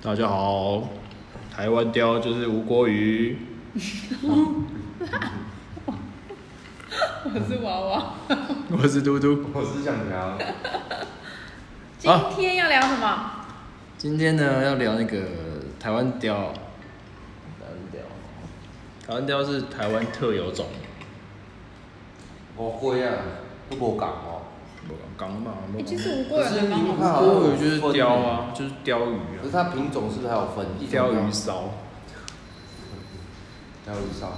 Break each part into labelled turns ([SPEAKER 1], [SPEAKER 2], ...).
[SPEAKER 1] 大家好，台湾雕就是吴郭鱼，
[SPEAKER 2] 我是娃娃。
[SPEAKER 1] 我是嘟嘟。
[SPEAKER 3] 我是想聊，
[SPEAKER 2] 今
[SPEAKER 3] 啊
[SPEAKER 2] 天要聊什么？
[SPEAKER 1] 今天呢要聊那个台湾雕，
[SPEAKER 3] 台湾雕，
[SPEAKER 1] 台湾雕是台湾特有种，
[SPEAKER 3] 乌龟啊，都无讲哦。
[SPEAKER 1] 我刚刚嘛，
[SPEAKER 2] 欸
[SPEAKER 1] 我
[SPEAKER 2] 其实吴国人还蛮好
[SPEAKER 3] 可是你看
[SPEAKER 2] 玩
[SPEAKER 3] 啊
[SPEAKER 2] 的，
[SPEAKER 1] 郭鱼就是鲷啊，就是鲷鱼啊
[SPEAKER 3] 可是，它品种是不是还有分？一
[SPEAKER 1] 鲷
[SPEAKER 3] 条
[SPEAKER 1] 鱼烧，
[SPEAKER 3] 鲷鱼烧。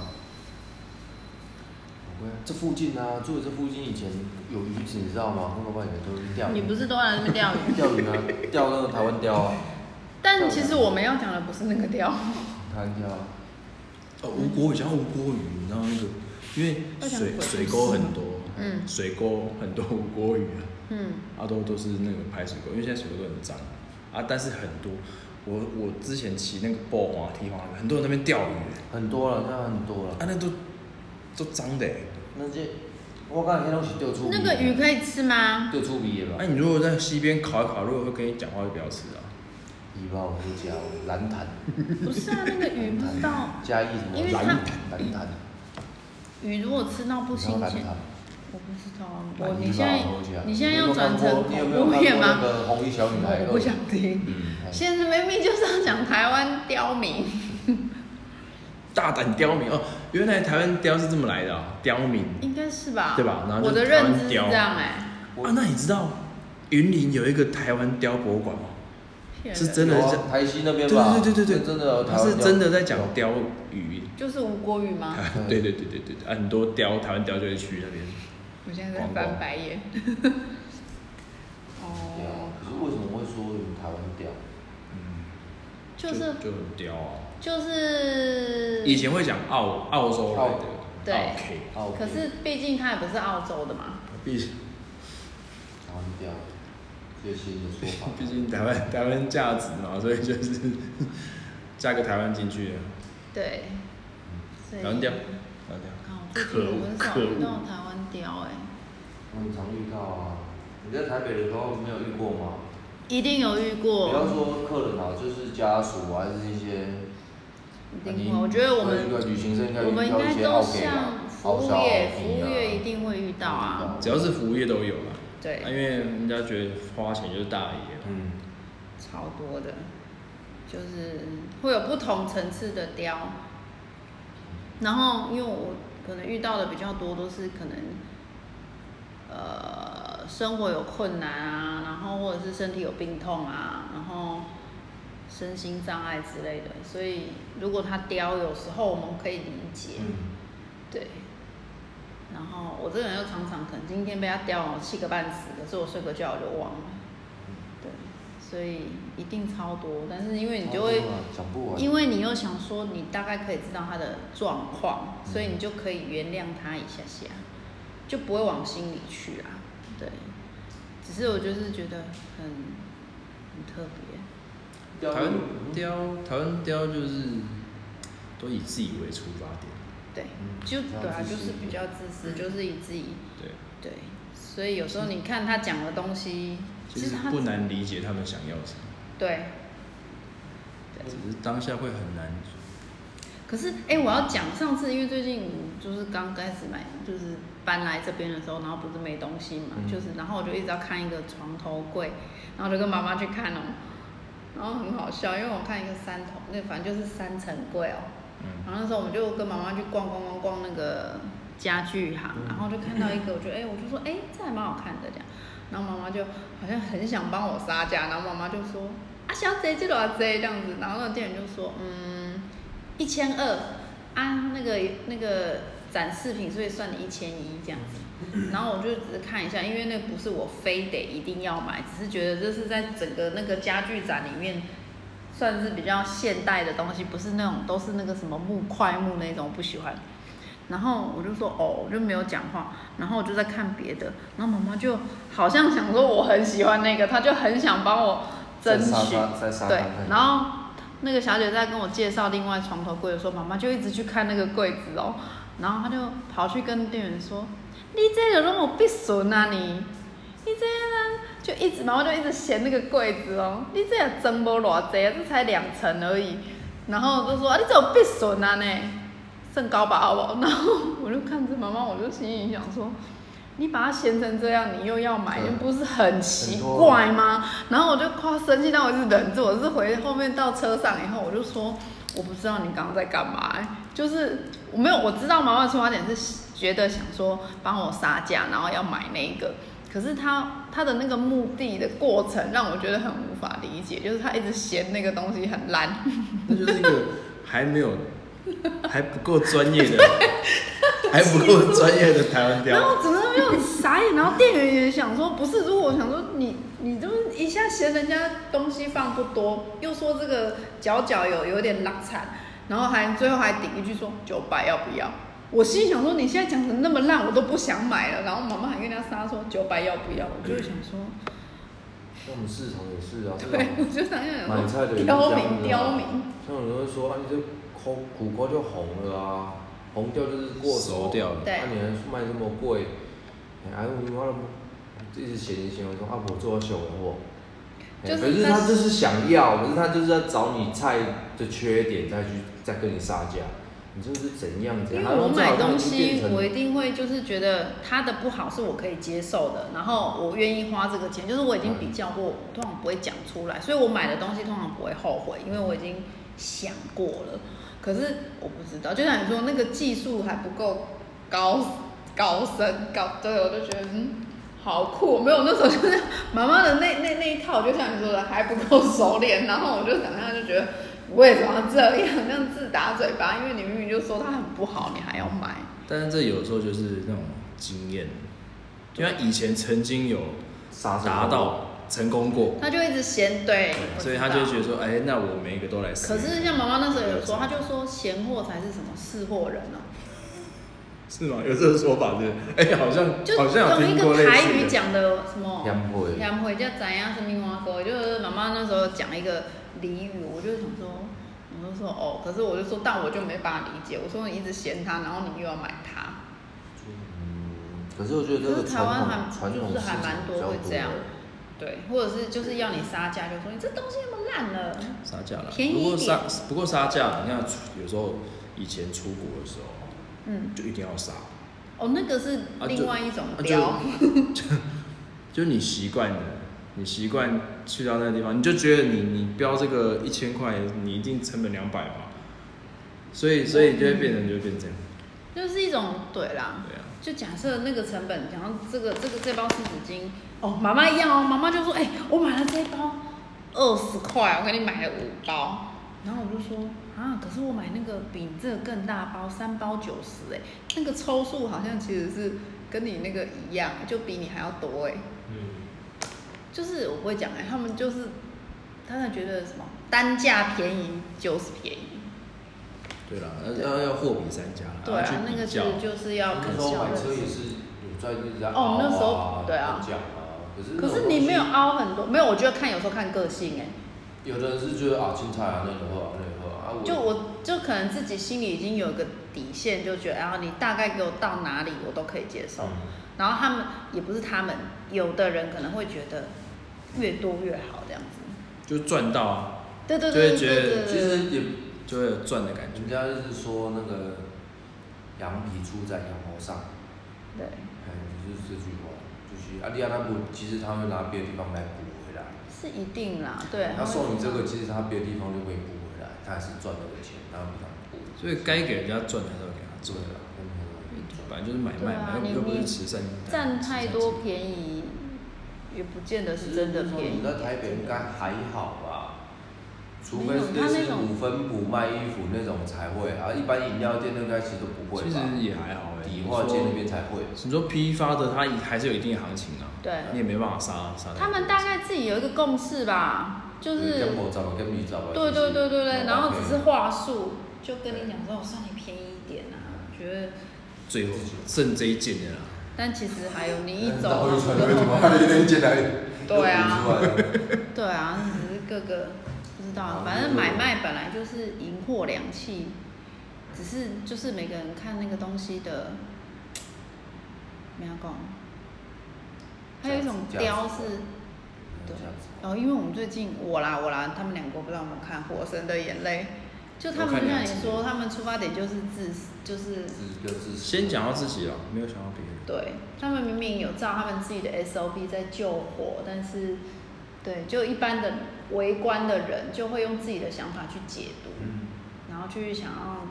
[SPEAKER 3] 乌龟啊这附近啊，住的这附近以前有鱼子，你知道吗？那个外面都是钓鱼。
[SPEAKER 2] 你不是都在那边钓鱼？
[SPEAKER 3] 钓 鱼啊，钓那个台湾钓啊，
[SPEAKER 2] 但其实我们要讲的不是那个钓，
[SPEAKER 3] 台湾钓啊。
[SPEAKER 1] 哦，吴郭鱼像吴郭鱼，你知道那个，因为
[SPEAKER 2] 要讲
[SPEAKER 1] 水
[SPEAKER 2] 鬼故事
[SPEAKER 1] 水沟很多，
[SPEAKER 2] 嗯
[SPEAKER 1] 水沟很多吴郭鱼啊。
[SPEAKER 2] 嗯，
[SPEAKER 1] 阿都都是那个排水沟，因为现在水沟都很脏啊，但是很多我我之前骑那个波滑梯滑，很多人在那边钓鱼，
[SPEAKER 3] 很多了，那很多了
[SPEAKER 1] 啊。那都都脏的欸，
[SPEAKER 3] 那这我刚才那东西钓出
[SPEAKER 2] 那个鱼可以吃 吗？
[SPEAKER 3] 钓出啊鼻的吧
[SPEAKER 1] 啊，？你如果在溪边烤一烤，如果会跟你讲话就不要吃啊，
[SPEAKER 3] 鱼吧，我就讲蓝潭，
[SPEAKER 2] 不是啊，那个鱼不知道，
[SPEAKER 3] 嘉义什么
[SPEAKER 2] 因为它
[SPEAKER 3] 蓝蓝潭，
[SPEAKER 2] 鱼如果吃到不
[SPEAKER 3] 你知道
[SPEAKER 2] 新
[SPEAKER 3] 蓝
[SPEAKER 2] 鲜，
[SPEAKER 3] 潭。
[SPEAKER 2] 我不知道啊。
[SPEAKER 3] 蓝
[SPEAKER 2] 我
[SPEAKER 3] 鱼
[SPEAKER 2] 你
[SPEAKER 3] 吧
[SPEAKER 2] 现在
[SPEAKER 3] 我记得
[SPEAKER 2] 你现在要转成
[SPEAKER 3] 啊你有
[SPEAKER 2] 恐
[SPEAKER 3] 没
[SPEAKER 2] 怖
[SPEAKER 3] 有看过
[SPEAKER 2] 片
[SPEAKER 3] 那
[SPEAKER 2] 吗？
[SPEAKER 3] 个红衣小女孩，
[SPEAKER 2] 我不想听。
[SPEAKER 1] 嗯，
[SPEAKER 2] 现在明明就是要讲台湾刁民，
[SPEAKER 1] 大胆刁民哦，原来台湾刁是这么来的啊，刁民
[SPEAKER 2] 应该是吧？
[SPEAKER 1] 对吧然后就
[SPEAKER 2] 我的
[SPEAKER 1] 台湾
[SPEAKER 2] 认知是
[SPEAKER 1] 刁
[SPEAKER 2] 这样哎，
[SPEAKER 3] 我
[SPEAKER 1] 啊，那你知道云林有一个台湾雕博物馆吗？
[SPEAKER 2] 骗
[SPEAKER 1] 是
[SPEAKER 2] 人
[SPEAKER 1] 真的
[SPEAKER 3] 有啊
[SPEAKER 1] 是
[SPEAKER 3] 台西那边
[SPEAKER 1] 对
[SPEAKER 3] 吧？
[SPEAKER 1] 对对对对
[SPEAKER 3] 真的有
[SPEAKER 1] 他
[SPEAKER 3] 台湾
[SPEAKER 1] 是真的在讲
[SPEAKER 3] 有
[SPEAKER 1] 雕鱼，
[SPEAKER 2] 就是吴国语吗？
[SPEAKER 1] 啊 对对对对对，啊很多雕台湾雕就会去那边。
[SPEAKER 2] 我现在在翻白眼。
[SPEAKER 3] 对啊
[SPEAKER 2] 哦，
[SPEAKER 3] 可是为什么会说有台湾屌？
[SPEAKER 2] 就是
[SPEAKER 1] 嗯就很刁啊。
[SPEAKER 2] 就是，
[SPEAKER 1] 以前会讲澳澳洲哦来的，
[SPEAKER 2] 对
[SPEAKER 1] 澳 K，
[SPEAKER 3] 啊，我
[SPEAKER 2] 可是毕竟它也不是澳洲的嘛。
[SPEAKER 1] 毕竟。
[SPEAKER 3] 台湾屌，最新的说法
[SPEAKER 1] 毕竟台湾台湾价值嘛，所以就是 加个台湾进去，啊
[SPEAKER 2] 对，
[SPEAKER 3] 嗯
[SPEAKER 2] 所以
[SPEAKER 1] 台湾雕，台湾雕，
[SPEAKER 2] 看我最近有很少
[SPEAKER 1] 可恶
[SPEAKER 2] 遇到台湾雕哎、
[SPEAKER 3] 我很常遇到啊。你在台北的时候没有遇过吗？
[SPEAKER 2] 一定有遇
[SPEAKER 3] 不要
[SPEAKER 2] 过，
[SPEAKER 3] 说客人啊，就是家属啊，还是一些。
[SPEAKER 2] 一定嗯会。我觉得我
[SPEAKER 3] 对
[SPEAKER 2] 们
[SPEAKER 3] 旅行社应该
[SPEAKER 2] 我们应
[SPEAKER 3] 遇到
[SPEAKER 2] 该
[SPEAKER 3] 一些
[SPEAKER 2] 都
[SPEAKER 3] 奥 K
[SPEAKER 2] 像
[SPEAKER 3] 啊，
[SPEAKER 2] 服
[SPEAKER 3] 奥
[SPEAKER 2] 务
[SPEAKER 3] 少啊
[SPEAKER 2] 业，服务
[SPEAKER 3] 奥
[SPEAKER 2] 业一
[SPEAKER 3] 平啊
[SPEAKER 2] 定会遇到啊。
[SPEAKER 1] 只要是服务业都有啦。啊因
[SPEAKER 2] 对，
[SPEAKER 1] 为人家觉得花钱就是大爷嘛，
[SPEAKER 3] 嗯，
[SPEAKER 2] 超多的，就是会有不同层次的雕。然后，因为我可能遇到的比较多都是可能，呃，生活有困难啊，然后或者是身体有病痛啊，然后身心障碍之类的。所以，如果他雕，有时候我们可以理解，
[SPEAKER 3] 嗯
[SPEAKER 2] 对。然后我这个人又常常可能今天被他雕，我气个半死，可是我睡个觉我就忘了。
[SPEAKER 3] 嗯
[SPEAKER 2] 对，所以一定超多，但是因为你就会
[SPEAKER 3] 讲，不完讲不完，
[SPEAKER 2] 因为你又想说你大概可以知道他的状况，
[SPEAKER 3] 嗯
[SPEAKER 2] 所以你就可以原谅他一下下，就不会往心里去啊。对，只是我就是觉得很很特别，
[SPEAKER 3] 钓
[SPEAKER 1] 台湾
[SPEAKER 3] 鱼
[SPEAKER 1] 雕台湾雕就是都以自己为出发点，
[SPEAKER 2] 对，
[SPEAKER 3] 嗯
[SPEAKER 2] 就
[SPEAKER 3] 比较
[SPEAKER 2] 对啊，
[SPEAKER 3] 自
[SPEAKER 2] 就
[SPEAKER 3] 私
[SPEAKER 2] 是
[SPEAKER 3] 一点
[SPEAKER 2] 比较自私，就是以自己
[SPEAKER 1] 对，
[SPEAKER 2] 对，所以有时候你看他讲的东西，
[SPEAKER 1] 其实
[SPEAKER 2] 他
[SPEAKER 1] 不难理解他们想要什么，
[SPEAKER 2] 对。对
[SPEAKER 1] 只是当下会很难。
[SPEAKER 2] 可是，哎、我要讲上次，因为最近就是刚开始买，就是搬来这边的时候，然后不是没东西嘛，
[SPEAKER 3] 嗯
[SPEAKER 2] 就是然后我就一直要看一个床头柜，然后就跟妈妈去看哦、然后很好笑，因为我看一个三头，那反正就是三层柜哦、
[SPEAKER 1] 嗯
[SPEAKER 2] 然后那时候我们就跟妈妈去逛逛逛逛那个家具行，然后就看到一个，我觉得哎、我就说哎、这还蛮好看的这样。然后妈妈就好像很想帮我杀价，然后妈妈就说啊小姐这多少这这样子，然后那个店员就说嗯一千二啊那个那个展示品所以算你一千一这样子。然后我就只是看一下，因为那不是我非得一定要买，只是觉得这是在整个那个家具展里面算是比较现代的东西，不是那种都是那个什么木块木那种，我不喜欢。然后我就说哦，我就没有讲话，然后我就在看别的，然后妈妈就好像想说我很喜欢那个，她就很想帮我争
[SPEAKER 3] 在沙
[SPEAKER 2] 取
[SPEAKER 3] 发，在沙发
[SPEAKER 2] 对
[SPEAKER 3] 看看，
[SPEAKER 2] 然后那个小姐在跟我介绍另外床头柜的时候，妈妈就一直去看那个柜子哦，然后她就跑去跟店员说：“你这个让我必损啊你，你这个人就一直妈妈就一直嫌那个柜子哦，你这也装无偌济啊，这才两层而已。然后就说啊，你这有避损啊呢，甚高吧好不好？然后我就看着妈妈，我就心里想说。你把它嫌成这样，你又要买，
[SPEAKER 3] 对
[SPEAKER 2] 那不是很奇
[SPEAKER 3] 很多
[SPEAKER 2] 怪吗？然后我就快要生气，但我是忍住，我是回后面到车上以后，我就说我不知道你刚刚在干嘛、欸就是我没有我知道妈妈的出发点是觉得想说帮我杀价，然后要买那个，可是她她的那个目的的过程让我觉得很无法理解，就是她一直嫌那个东西很烂，
[SPEAKER 1] 那就是一个还没有还不够专业的，还不够专业的台湾
[SPEAKER 2] 然
[SPEAKER 1] 雕。
[SPEAKER 2] 后整个没有傻眼，然后店员也想说不是，如果我想说你你这么一下嫌人家东西放不多，又说这个角角有有点拉惨，然后还最后还顶一句说九百要不要？我心里想说你现在讲成那么烂，我都不想买了。然后妈妈还跟人家撒说九百要不要？我就想说，
[SPEAKER 3] 像我们市场也是啊，市
[SPEAKER 2] 对，我
[SPEAKER 3] 场
[SPEAKER 2] 就当下
[SPEAKER 3] 买
[SPEAKER 2] 想
[SPEAKER 3] 菜的
[SPEAKER 2] 说
[SPEAKER 3] 也是
[SPEAKER 2] 刁
[SPEAKER 3] 这样
[SPEAKER 2] 民
[SPEAKER 3] 子
[SPEAKER 2] 刁
[SPEAKER 3] 啊
[SPEAKER 2] 民，
[SPEAKER 3] 像有人会说啊，你这苦苦瓜就红了啊，红掉就是过
[SPEAKER 1] 熟掉了
[SPEAKER 2] 对
[SPEAKER 3] 那、你还卖这么贵？哎，啊我妈的，一直嫌嫌我说啊，我做到小货。哎
[SPEAKER 2] 就是
[SPEAKER 3] 可是
[SPEAKER 2] 但
[SPEAKER 3] 他
[SPEAKER 2] 是
[SPEAKER 3] 就是想要，可是他就是要找你菜的缺点再去再跟你杀价，你这是怎样怎
[SPEAKER 2] 因
[SPEAKER 3] 样？
[SPEAKER 2] 为
[SPEAKER 3] 他
[SPEAKER 2] 我
[SPEAKER 3] 弄这
[SPEAKER 2] 买
[SPEAKER 3] 好像
[SPEAKER 2] 东
[SPEAKER 3] 已经变
[SPEAKER 2] 西，
[SPEAKER 3] 成
[SPEAKER 2] 我一定会就是觉得它的不好是我可以接受的，然后我愿意花这个钱，就是我已经比较过，我通常不会讲出来，所以我买的东西通常不会后悔，因为我已经想过了。可是我不知道，就像你说那个技术还不够高高深高，对我就觉得嗯。好酷！没有，那时候就是妈妈的那那那一套，就像你说的还不够熟练，然后我就想象就觉得为什么要这样，这样自打嘴巴？因为你明明就说它很不好，你还要买。
[SPEAKER 1] 但是这有时候就是那种经验，就像以前曾经有
[SPEAKER 3] 杀生
[SPEAKER 1] 达
[SPEAKER 3] 活
[SPEAKER 1] 到成功过，
[SPEAKER 2] 他就一直嫌
[SPEAKER 1] 对
[SPEAKER 2] 对，我
[SPEAKER 1] 所以
[SPEAKER 2] 知
[SPEAKER 1] 他
[SPEAKER 2] 道
[SPEAKER 1] 就会觉得说，哎、那我每一个都来试。
[SPEAKER 2] 可是像妈妈那时候有说，她就说闲货才是什么是货人啊，
[SPEAKER 1] 是吗？有这个说法是不是？哎、好像
[SPEAKER 2] 就
[SPEAKER 1] 好像有
[SPEAKER 2] 用
[SPEAKER 1] 听
[SPEAKER 2] 一
[SPEAKER 1] 过
[SPEAKER 2] 个
[SPEAKER 1] 类
[SPEAKER 2] 台语
[SPEAKER 1] 似的。
[SPEAKER 2] 讲的什么
[SPEAKER 3] 两倍
[SPEAKER 2] 两回叫怎样是命蛙哥，就是妈妈那时候讲一个俚语，我就想说，我就说哦，可是我就说，但我就没办法理解，我说你一直嫌它，然后你又要买它，
[SPEAKER 3] 嗯，可是我觉得这
[SPEAKER 2] 可
[SPEAKER 3] 个
[SPEAKER 2] 是台
[SPEAKER 3] 传
[SPEAKER 2] 湾
[SPEAKER 3] 统
[SPEAKER 2] 还
[SPEAKER 3] 传统
[SPEAKER 2] 就是
[SPEAKER 3] 市
[SPEAKER 2] 还
[SPEAKER 3] 场
[SPEAKER 2] 蛮
[SPEAKER 3] 比较
[SPEAKER 2] 多会这样
[SPEAKER 3] 欸
[SPEAKER 2] 对，或者是就是要你杀价，就说你这东西那么烂了，
[SPEAKER 1] 杀价了，
[SPEAKER 2] 便宜
[SPEAKER 1] 不过
[SPEAKER 2] 一点
[SPEAKER 1] 杀不过杀价，你看出有时候以前出国的时候
[SPEAKER 2] 嗯，
[SPEAKER 1] 就一定要杀，
[SPEAKER 2] 哦，那个是
[SPEAKER 1] 啊就
[SPEAKER 2] 另外一种
[SPEAKER 1] 啊就
[SPEAKER 2] 标，
[SPEAKER 1] 就你习惯了，你习惯去到那个地方，你就觉得你你标这个一千块，你一定成本两百嘛，所以所以就会变成就会变这样，
[SPEAKER 2] 就是一种对啦，
[SPEAKER 1] 对啊，
[SPEAKER 2] 就假设那个成本，然后这个这个这包湿纸巾，哦，妈妈一样哦，妈妈就说，哎、我买了这一包二十块，我给你买了五包，然后我就说啊，可是我买那个比这个更大包，三包九十，哎，那个抽数好像其实是跟你那个一样，就比你还要多，哎，
[SPEAKER 3] 嗯，
[SPEAKER 2] 就是我不会讲，哎，他们就是，他们觉得什么单价便宜就是便宜，
[SPEAKER 1] 对啦，要要要货比三家啦，
[SPEAKER 2] 对啊
[SPEAKER 1] 去，
[SPEAKER 2] 那个
[SPEAKER 1] 比
[SPEAKER 2] 其
[SPEAKER 1] 较
[SPEAKER 2] 实，就是要比
[SPEAKER 3] 那时候
[SPEAKER 2] 较
[SPEAKER 3] 买
[SPEAKER 2] 认
[SPEAKER 3] 车
[SPEAKER 2] 识。
[SPEAKER 3] 也是有在一直在
[SPEAKER 2] 哦那时候
[SPEAKER 3] 熬啊
[SPEAKER 2] 对啊
[SPEAKER 3] 讲啊，可是那
[SPEAKER 2] 可
[SPEAKER 3] 种
[SPEAKER 2] 是你
[SPEAKER 3] 东西
[SPEAKER 2] 没有凹很多，没有，我觉得看有时候看个性哎、
[SPEAKER 3] 有的人是觉得啊，青菜啊，那个喝啊，那个喝啊，啊我
[SPEAKER 2] 就我就可能自己心里已经有一个底线，就觉得啊，你大概给我到哪里我都可以接受。
[SPEAKER 3] 嗯
[SPEAKER 2] 然后他们也不是他们，有的人可能会觉得越多越好这样子。
[SPEAKER 1] 就赚到啊，
[SPEAKER 2] 对对对对
[SPEAKER 1] 就会觉得
[SPEAKER 2] 对对
[SPEAKER 3] 其
[SPEAKER 2] 对
[SPEAKER 3] 实也
[SPEAKER 1] 就会有赚的感觉。
[SPEAKER 3] 人家就是说那个羊皮出在羊毛上，
[SPEAKER 2] 对，
[SPEAKER 3] 哎，就是这句话，就是啊，利亚他不，其实他会拿别的地方来补回来，
[SPEAKER 2] 是一定啦，对。
[SPEAKER 3] 他
[SPEAKER 2] 会
[SPEAKER 3] 送你
[SPEAKER 2] 觉
[SPEAKER 3] 这
[SPEAKER 2] 得
[SPEAKER 3] 个，其实他别的地方就可以补回来，他还是赚那个钱，然后给他补，
[SPEAKER 1] 所以该给人家赚的时候给他
[SPEAKER 3] 对
[SPEAKER 1] 赚，
[SPEAKER 3] 啊，嗯
[SPEAKER 1] 本来就是买
[SPEAKER 2] 对
[SPEAKER 1] 卖
[SPEAKER 2] 啊
[SPEAKER 1] 嘛，
[SPEAKER 2] 你
[SPEAKER 1] 又又不是
[SPEAKER 2] 你
[SPEAKER 1] 慈善。
[SPEAKER 2] 占太多便宜，也不见得是真的
[SPEAKER 3] 说
[SPEAKER 2] 便宜。
[SPEAKER 3] 你在台北应该还好吧？除
[SPEAKER 2] 没
[SPEAKER 3] 非
[SPEAKER 2] 有
[SPEAKER 3] 是
[SPEAKER 2] 他
[SPEAKER 3] 类
[SPEAKER 2] 那
[SPEAKER 3] 似
[SPEAKER 2] 种
[SPEAKER 3] 五分埔卖衣服那种才会啊，一般饮料店那个其实都不会
[SPEAKER 1] 其实
[SPEAKER 3] 吧？
[SPEAKER 1] 也还好哎、你
[SPEAKER 3] 理化
[SPEAKER 1] 说
[SPEAKER 3] 街那边才会。
[SPEAKER 1] 你说批发的，它还是有一定的行情啊，
[SPEAKER 2] 对，
[SPEAKER 1] 你也没办法杀杀得
[SPEAKER 2] 他们大概自己有一个共识吧，就是
[SPEAKER 3] 跟我找跟你找吧。
[SPEAKER 2] 对对对对对，然后只是
[SPEAKER 3] 是
[SPEAKER 2] 话术，就跟你讲说，我算你便宜一点啊，觉得，
[SPEAKER 1] 最后剩这一件的啦。
[SPEAKER 2] 但其实还有你一走
[SPEAKER 3] 到
[SPEAKER 2] 啊，
[SPEAKER 3] 一船为什么他的那一进来？
[SPEAKER 2] 对啊， 对啊，只是各个不知道啊，反正买卖本来就是赢货两气，只是就是每个人看那个东西的，没有讲，还有一种
[SPEAKER 3] 价值
[SPEAKER 2] 雕是对
[SPEAKER 3] 这样子。
[SPEAKER 2] 然后因为我们最近我啦我啦，他们两个我不知道有没有看《火神的眼泪》，就他们就像你说，他们出发点就是自私，就是
[SPEAKER 3] 自就自私
[SPEAKER 1] 先讲到自己了，没有想到别人。
[SPEAKER 2] 对他们明明有照他们自己的 SOP 在救火，但是对就一般的围观的人就会用自己的想法去解读，
[SPEAKER 3] 嗯，
[SPEAKER 2] 然后去想要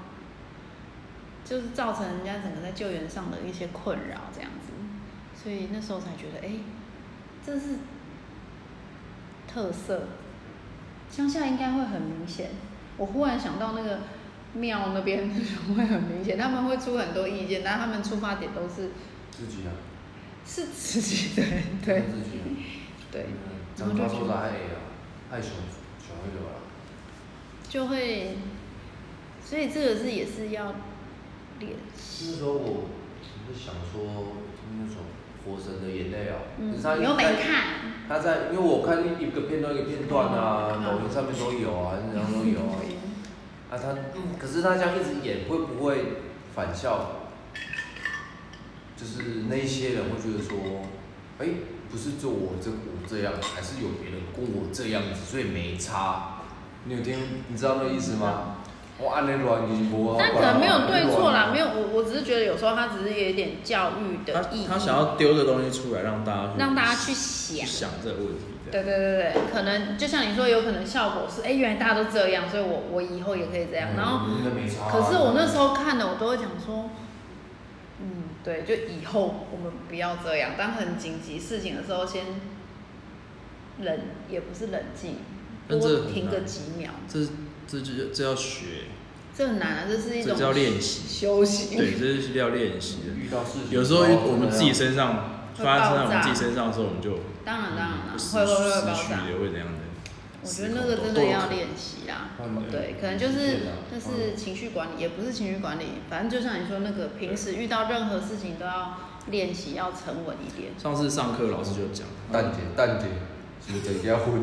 [SPEAKER 2] 就是造成人家整个在救援上的一些困扰这样子，所以那时候才觉得，哎、这是特色，乡下应该会很明显。我忽然想到那个庙那边会很明显，他们会出很多意见，但他们出发点都是
[SPEAKER 3] 自己啊，
[SPEAKER 2] 是自己的，对
[SPEAKER 3] 自己啊。嗯
[SPEAKER 2] 对，然
[SPEAKER 3] 长
[SPEAKER 2] 后
[SPEAKER 3] 高
[SPEAKER 2] 就
[SPEAKER 3] 受
[SPEAKER 2] 觉
[SPEAKER 3] 的
[SPEAKER 2] 得
[SPEAKER 3] 爱啊，爱熊熊会有啊。
[SPEAKER 2] 就会，所以这个是也是要练
[SPEAKER 3] 那
[SPEAKER 2] 习。
[SPEAKER 3] 时候我我就想说，那首《火神的眼泪》啊，
[SPEAKER 2] 嗯
[SPEAKER 3] 可是他，
[SPEAKER 2] 你又没
[SPEAKER 3] 在
[SPEAKER 2] 看。
[SPEAKER 3] 他在，因为我看一个片段一个片段
[SPEAKER 2] 嗯
[SPEAKER 3] 啊，抖音上面都有啊，然后都有 啊。啊，他、可是他这样一直演，会不会反效？就是那一些人会觉得说，哎、不是就我这我这样，还是有别人跟我这样子，所以没差。你有听？你知道那意思吗？哦我按那乱你我。
[SPEAKER 2] 但嗯可能没有对错啦，没有我我只是觉得有时候他只是有一点教育
[SPEAKER 1] 他
[SPEAKER 2] 的意义，
[SPEAKER 1] 他想要丢的东西出来，让大家去
[SPEAKER 2] 让大家去
[SPEAKER 1] 去
[SPEAKER 2] 想。
[SPEAKER 1] 想这个问题。这样
[SPEAKER 2] 对对对对，可能就像你说，有可能效果是，哎、原来大家都这样，所以我我以后也可以这样。然后，
[SPEAKER 3] 嗯那没差啊
[SPEAKER 2] 可是我那时候看的，我都会讲说，嗯，对，就以后我们不要这样。当很紧急事情的时候，先冷，也不是冷静，
[SPEAKER 1] 但
[SPEAKER 2] 多
[SPEAKER 1] 这很
[SPEAKER 2] 停个
[SPEAKER 1] 难
[SPEAKER 2] 几秒，
[SPEAKER 1] 这这就这要学，
[SPEAKER 2] 这很难啊，这是一
[SPEAKER 1] 这
[SPEAKER 2] 种
[SPEAKER 1] 叫练习。
[SPEAKER 2] 修行。
[SPEAKER 1] 对，这是要练习的。
[SPEAKER 3] 遇到事情，
[SPEAKER 1] 有时候我们自己身上
[SPEAKER 2] 会
[SPEAKER 1] 发生在
[SPEAKER 2] 爆
[SPEAKER 1] 我们
[SPEAKER 2] 炸
[SPEAKER 1] 自己身上的时候，我们就
[SPEAKER 2] 当然当然啦，
[SPEAKER 1] 失
[SPEAKER 2] 啊会会会
[SPEAKER 1] 失
[SPEAKER 2] 爆
[SPEAKER 1] 去
[SPEAKER 2] 炸。
[SPEAKER 1] 也会怎样的。
[SPEAKER 2] 我觉得那个真的要练习啦，对，可能就是
[SPEAKER 3] 啊嗯
[SPEAKER 2] 就是情绪管理，也不是情绪管理，反正就像你说那个，平时遇到任何事情都要练习，要沉稳一点。
[SPEAKER 1] 上次上课老师就讲，
[SPEAKER 3] 蛋姐，蛋姐，是不是一定 要混？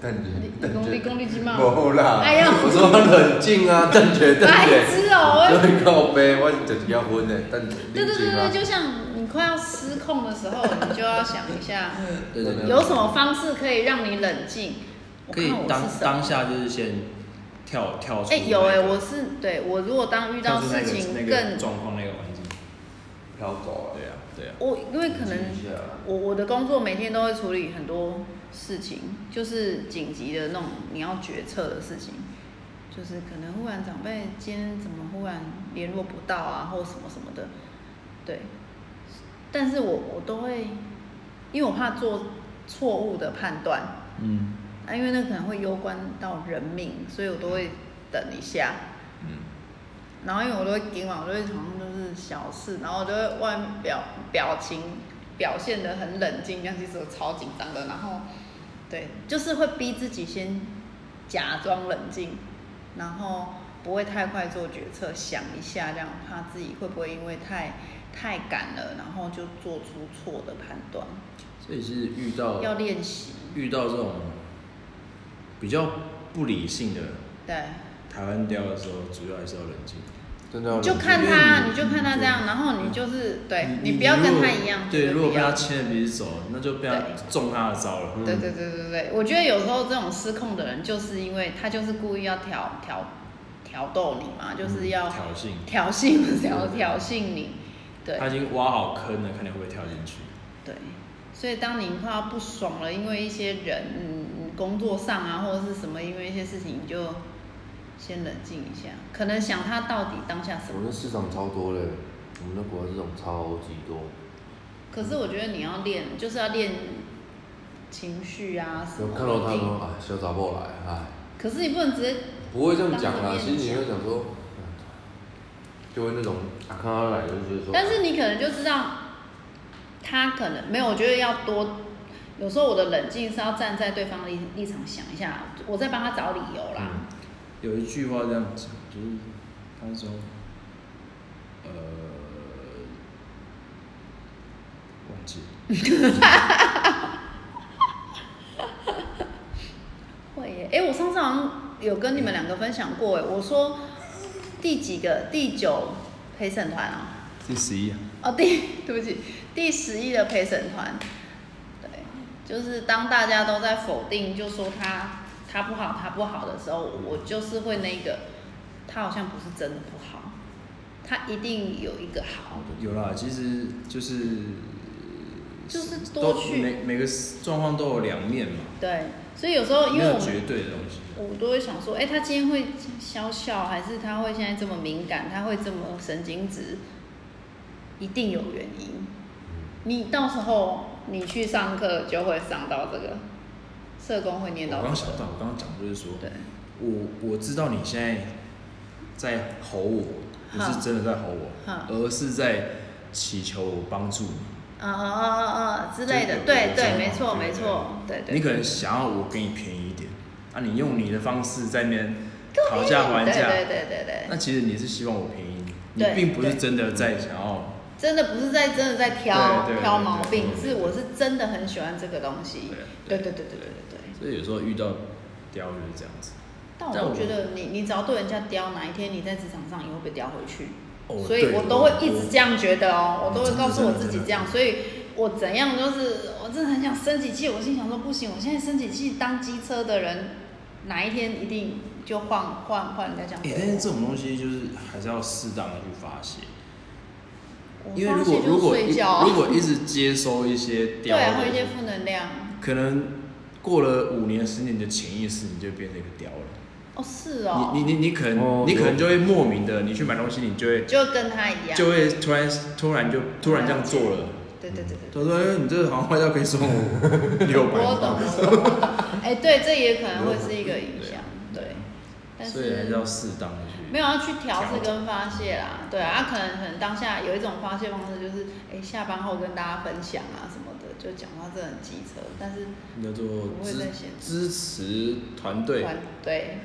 [SPEAKER 3] 蛋姐，
[SPEAKER 2] 你
[SPEAKER 3] 蛋
[SPEAKER 2] 你功力
[SPEAKER 3] 姐，
[SPEAKER 2] 功力鸡嘛，
[SPEAKER 3] 没啦。
[SPEAKER 2] 哎呀
[SPEAKER 3] 我说冷静啊，蛋姐，蛋
[SPEAKER 2] 白
[SPEAKER 3] 姐。
[SPEAKER 2] 痴哦！
[SPEAKER 3] 对，靠背，我是就是要混的，蛋姐，
[SPEAKER 2] 对
[SPEAKER 3] 冷
[SPEAKER 2] 对
[SPEAKER 3] 静
[SPEAKER 2] 对
[SPEAKER 3] 啊
[SPEAKER 2] 对，。就像你快要失控的时候，你就要想一下，
[SPEAKER 1] 对对对，
[SPEAKER 2] 有什么方式可以让你冷静？我
[SPEAKER 1] 可
[SPEAKER 2] 看
[SPEAKER 1] 以
[SPEAKER 2] 我
[SPEAKER 1] 当
[SPEAKER 2] 是什么
[SPEAKER 1] 当？下就是先跳跳出
[SPEAKER 2] 哎，
[SPEAKER 1] 那个。
[SPEAKER 2] 有哎，我是对我如果当遇
[SPEAKER 1] 跳
[SPEAKER 2] 到
[SPEAKER 1] 出那
[SPEAKER 2] 事
[SPEAKER 1] 个
[SPEAKER 2] 情
[SPEAKER 1] 那
[SPEAKER 2] 更
[SPEAKER 1] 个，状况那个环境。
[SPEAKER 3] 飘走了，
[SPEAKER 1] 对啊，对啊。
[SPEAKER 2] 我因为可能
[SPEAKER 3] 冷静一下
[SPEAKER 2] 我我的工作每天都会处理很多事情，就是紧急的那种你要决策的事情，就是可能忽然长辈今天怎么忽然联络不到啊，或什么什么的，对。但是我我都会，因为我怕做错误的判断，
[SPEAKER 1] 嗯
[SPEAKER 2] 啊，因为那可能会攸关到人命，所以我都会等一下。
[SPEAKER 1] 嗯，
[SPEAKER 2] 然后因为我都会顶嘛，我都会好像就是小事，然后我就会外表表情表现的很冷静，这样其实我超紧张的。然后对，就是会逼自己先假装冷静，然后不会太快做决策，想一下这样，怕自己会不会因为太太赶了，然后就做出错的判断。
[SPEAKER 1] 所以是遇到
[SPEAKER 2] 要练习，
[SPEAKER 1] 遇到这种比较不理性的
[SPEAKER 2] 对，
[SPEAKER 1] 台湾雕的时候，主要还是要冷静。
[SPEAKER 3] 真的
[SPEAKER 2] 你
[SPEAKER 3] 要
[SPEAKER 1] 哦
[SPEAKER 3] 冷
[SPEAKER 2] 就
[SPEAKER 3] 静。
[SPEAKER 2] 看
[SPEAKER 3] 嗯
[SPEAKER 2] 他，你就看他这样，然后你就是对你不要跟他一样
[SPEAKER 1] 如果，对，
[SPEAKER 2] 绝
[SPEAKER 1] 如
[SPEAKER 2] 不
[SPEAKER 1] 果被
[SPEAKER 2] 要
[SPEAKER 1] 他牵着鼻子走，那就被他
[SPEAKER 2] 对
[SPEAKER 1] 中他的招
[SPEAKER 3] 嗯
[SPEAKER 1] 了。
[SPEAKER 2] 对对对对对，我觉得有时候这种失控的人，就是因为他就是故意要挑挑挑逗你
[SPEAKER 3] 嗯
[SPEAKER 2] 嘛，就是要
[SPEAKER 1] 挑衅，
[SPEAKER 2] 挑衅挑挑衅你，对
[SPEAKER 1] 他已经挖好坑了，看你会不会跳进去。
[SPEAKER 2] 对。所以当你快要不爽了，因为一些人，嗯，嗯工作上啊或者是什么，因为一些事情，你就先冷静一下，可能想他到底当下什
[SPEAKER 3] 我
[SPEAKER 2] 么
[SPEAKER 3] 们。市场超多嘞，我们那国外市场超级多，
[SPEAKER 2] 可是我觉得你要练，就是要练情绪啊什
[SPEAKER 3] 就
[SPEAKER 2] 么
[SPEAKER 3] 看到他
[SPEAKER 2] 稳定
[SPEAKER 3] 说，哎，小杂货来，哎，
[SPEAKER 2] 可是你不能直接
[SPEAKER 3] 不会这样讲啦，心里会想说，嗯就会那种啊，看他来就觉得说，
[SPEAKER 2] 但是你可能就知道，他可能没有，我觉得要多。有时候我的冷静是要站在对方的立立场想一下，我在帮他找理由啦。
[SPEAKER 3] 嗯
[SPEAKER 1] 有一句话这样讲，就是他说，呃，忘记了，
[SPEAKER 2] 会耶，哎、我上次好像有跟你们两个分享过，哎，我说第几个第九陪审团啊、
[SPEAKER 1] 第十一啊，
[SPEAKER 2] 哦，第对不起，第十一的陪审团，对，就是当大家都在否定，就说他他不好，他不好的时候，我就是会那个，他好像不是真的不好，他一定有一个好。
[SPEAKER 1] 有啦，其实就是
[SPEAKER 2] 就是多
[SPEAKER 1] 都
[SPEAKER 2] 去
[SPEAKER 1] 每每个状况都有两面嘛，
[SPEAKER 2] 对，所以有时候因
[SPEAKER 1] 没
[SPEAKER 2] 为我
[SPEAKER 1] 有
[SPEAKER 2] 们
[SPEAKER 1] 绝对的东西。
[SPEAKER 2] 我都会想说，哎、他今天会笑笑，还是他会现在这么敏感，他会这么神经质，一定有原因。
[SPEAKER 1] 嗯
[SPEAKER 2] 你到时候你去上课就会上到这个，社工会念
[SPEAKER 1] 我
[SPEAKER 2] 到、
[SPEAKER 1] 刚
[SPEAKER 2] 这
[SPEAKER 1] 刚想
[SPEAKER 2] 个。
[SPEAKER 1] 到，我刚刚讲就是说，
[SPEAKER 2] 对，
[SPEAKER 1] 我我知道你现在在吼我，不是
[SPEAKER 2] 哈
[SPEAKER 1] 真的在吼我
[SPEAKER 2] 哈，
[SPEAKER 1] 而是在祈求我帮助你。
[SPEAKER 2] 啊啊啊啊之类
[SPEAKER 1] 就
[SPEAKER 2] 的，
[SPEAKER 1] 有有
[SPEAKER 2] 对
[SPEAKER 1] 这
[SPEAKER 2] 对，
[SPEAKER 1] 种
[SPEAKER 2] 没错
[SPEAKER 1] 对
[SPEAKER 2] 没错，对对。
[SPEAKER 1] 你可能想要我给你便宜一点，啊，你用你的方式在那边讨价还
[SPEAKER 2] 对
[SPEAKER 1] 价，
[SPEAKER 2] 对对对对，
[SPEAKER 1] 那其实你是希望我便宜，你
[SPEAKER 2] 对
[SPEAKER 1] 并不是
[SPEAKER 2] 对嗯
[SPEAKER 1] 真的在想要。
[SPEAKER 2] 真的不是在真的在挑
[SPEAKER 1] 对对
[SPEAKER 2] 挑
[SPEAKER 1] 对
[SPEAKER 2] 毛
[SPEAKER 1] 对
[SPEAKER 2] 病，
[SPEAKER 1] 对
[SPEAKER 2] 是我是真的很喜欢这个东西。对
[SPEAKER 1] 对
[SPEAKER 2] 对对对对对对。
[SPEAKER 1] 所以有时候遇到刁就是这样子。
[SPEAKER 2] 但
[SPEAKER 1] 但
[SPEAKER 2] 我
[SPEAKER 1] 我
[SPEAKER 2] 觉得你你只要对人家刁，哪一天你在职场上也会被刁回去。
[SPEAKER 1] 哦
[SPEAKER 2] 所以
[SPEAKER 1] 对
[SPEAKER 2] 我都会一直这样觉得哦，
[SPEAKER 1] 我
[SPEAKER 2] 我都会告诉我自
[SPEAKER 1] 真的
[SPEAKER 2] 己
[SPEAKER 1] 真的
[SPEAKER 2] 这样，所以我怎样就是我真的很想生起气，我心想说不行，我现在生起气当机车的人，哪一天一定就换换换人家这样
[SPEAKER 1] 哎、
[SPEAKER 2] 对
[SPEAKER 1] 但是
[SPEAKER 2] 我。
[SPEAKER 1] 这种东西就是还是要适当的去发泄，
[SPEAKER 2] 我
[SPEAKER 1] 因为
[SPEAKER 2] 放
[SPEAKER 1] 如
[SPEAKER 2] 弃
[SPEAKER 1] 果
[SPEAKER 2] 就是
[SPEAKER 1] 如果
[SPEAKER 2] 睡
[SPEAKER 1] 一
[SPEAKER 2] 觉啊
[SPEAKER 1] 如果一直接收一 些
[SPEAKER 2] 对
[SPEAKER 1] 刁
[SPEAKER 2] 啊，会
[SPEAKER 1] 的
[SPEAKER 2] 有一些负能量。
[SPEAKER 1] 可能过了五年十年，你的潜意识你就变成一个刁了。
[SPEAKER 2] 哦，是哦，
[SPEAKER 1] 你你你你可能、
[SPEAKER 3] 哦
[SPEAKER 1] 你可能就会莫名的，你去买东西，你就会
[SPEAKER 2] 就跟他一样。
[SPEAKER 1] 就会突然突然就突然这样做了。
[SPEAKER 2] 对对对对对。
[SPEAKER 1] 他说：“哎、你这个好像坏掉，可以送 我六百。”
[SPEAKER 2] 我懂，我懂，我懂。哎、对，这也可能会是一个影响，对。但
[SPEAKER 1] 所以还是
[SPEAKER 2] 是
[SPEAKER 1] 要适当的去。
[SPEAKER 2] 没有要去调试
[SPEAKER 1] 调整
[SPEAKER 2] 跟发泄啦，对啊，可能可能当下有一种发泄方式就是，哎、下班后跟大家分享啊什么的，就讲到这很机车，但是
[SPEAKER 1] 叫做
[SPEAKER 2] 不会再写
[SPEAKER 1] 支支持团队，
[SPEAKER 2] 团对，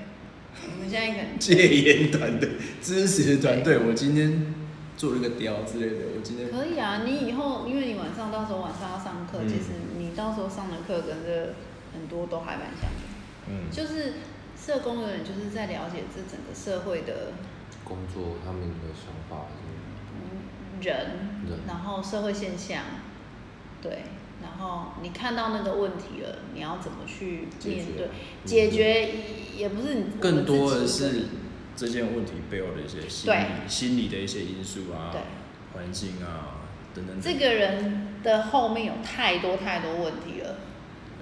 [SPEAKER 2] 我们现在可能
[SPEAKER 1] 戒烟团队，支持团队。我今天做了个雕之类的，我今天
[SPEAKER 2] 可以啊，你以后因为你晚上到时候晚上要上课，
[SPEAKER 1] 嗯
[SPEAKER 2] 其实你到时候上的课跟这很多都还蛮像的，
[SPEAKER 1] 嗯，
[SPEAKER 2] 就是社工的人就是在了解这整个社会的
[SPEAKER 3] 工作他们的想法是
[SPEAKER 2] 人
[SPEAKER 3] 人，
[SPEAKER 2] 然后社会现象，对，然后你看到那个问题了，你要怎么去
[SPEAKER 3] 解
[SPEAKER 2] 面
[SPEAKER 3] 决
[SPEAKER 2] 对？
[SPEAKER 3] 嗯
[SPEAKER 2] 解决也不是你
[SPEAKER 1] 更多的，
[SPEAKER 2] 我们自己
[SPEAKER 1] 是这件问题背后的一些心
[SPEAKER 2] 对
[SPEAKER 1] 理心理的一些因素啊
[SPEAKER 2] 对，
[SPEAKER 1] 环境啊等等。
[SPEAKER 2] 这个人的后面有太多太多问题了。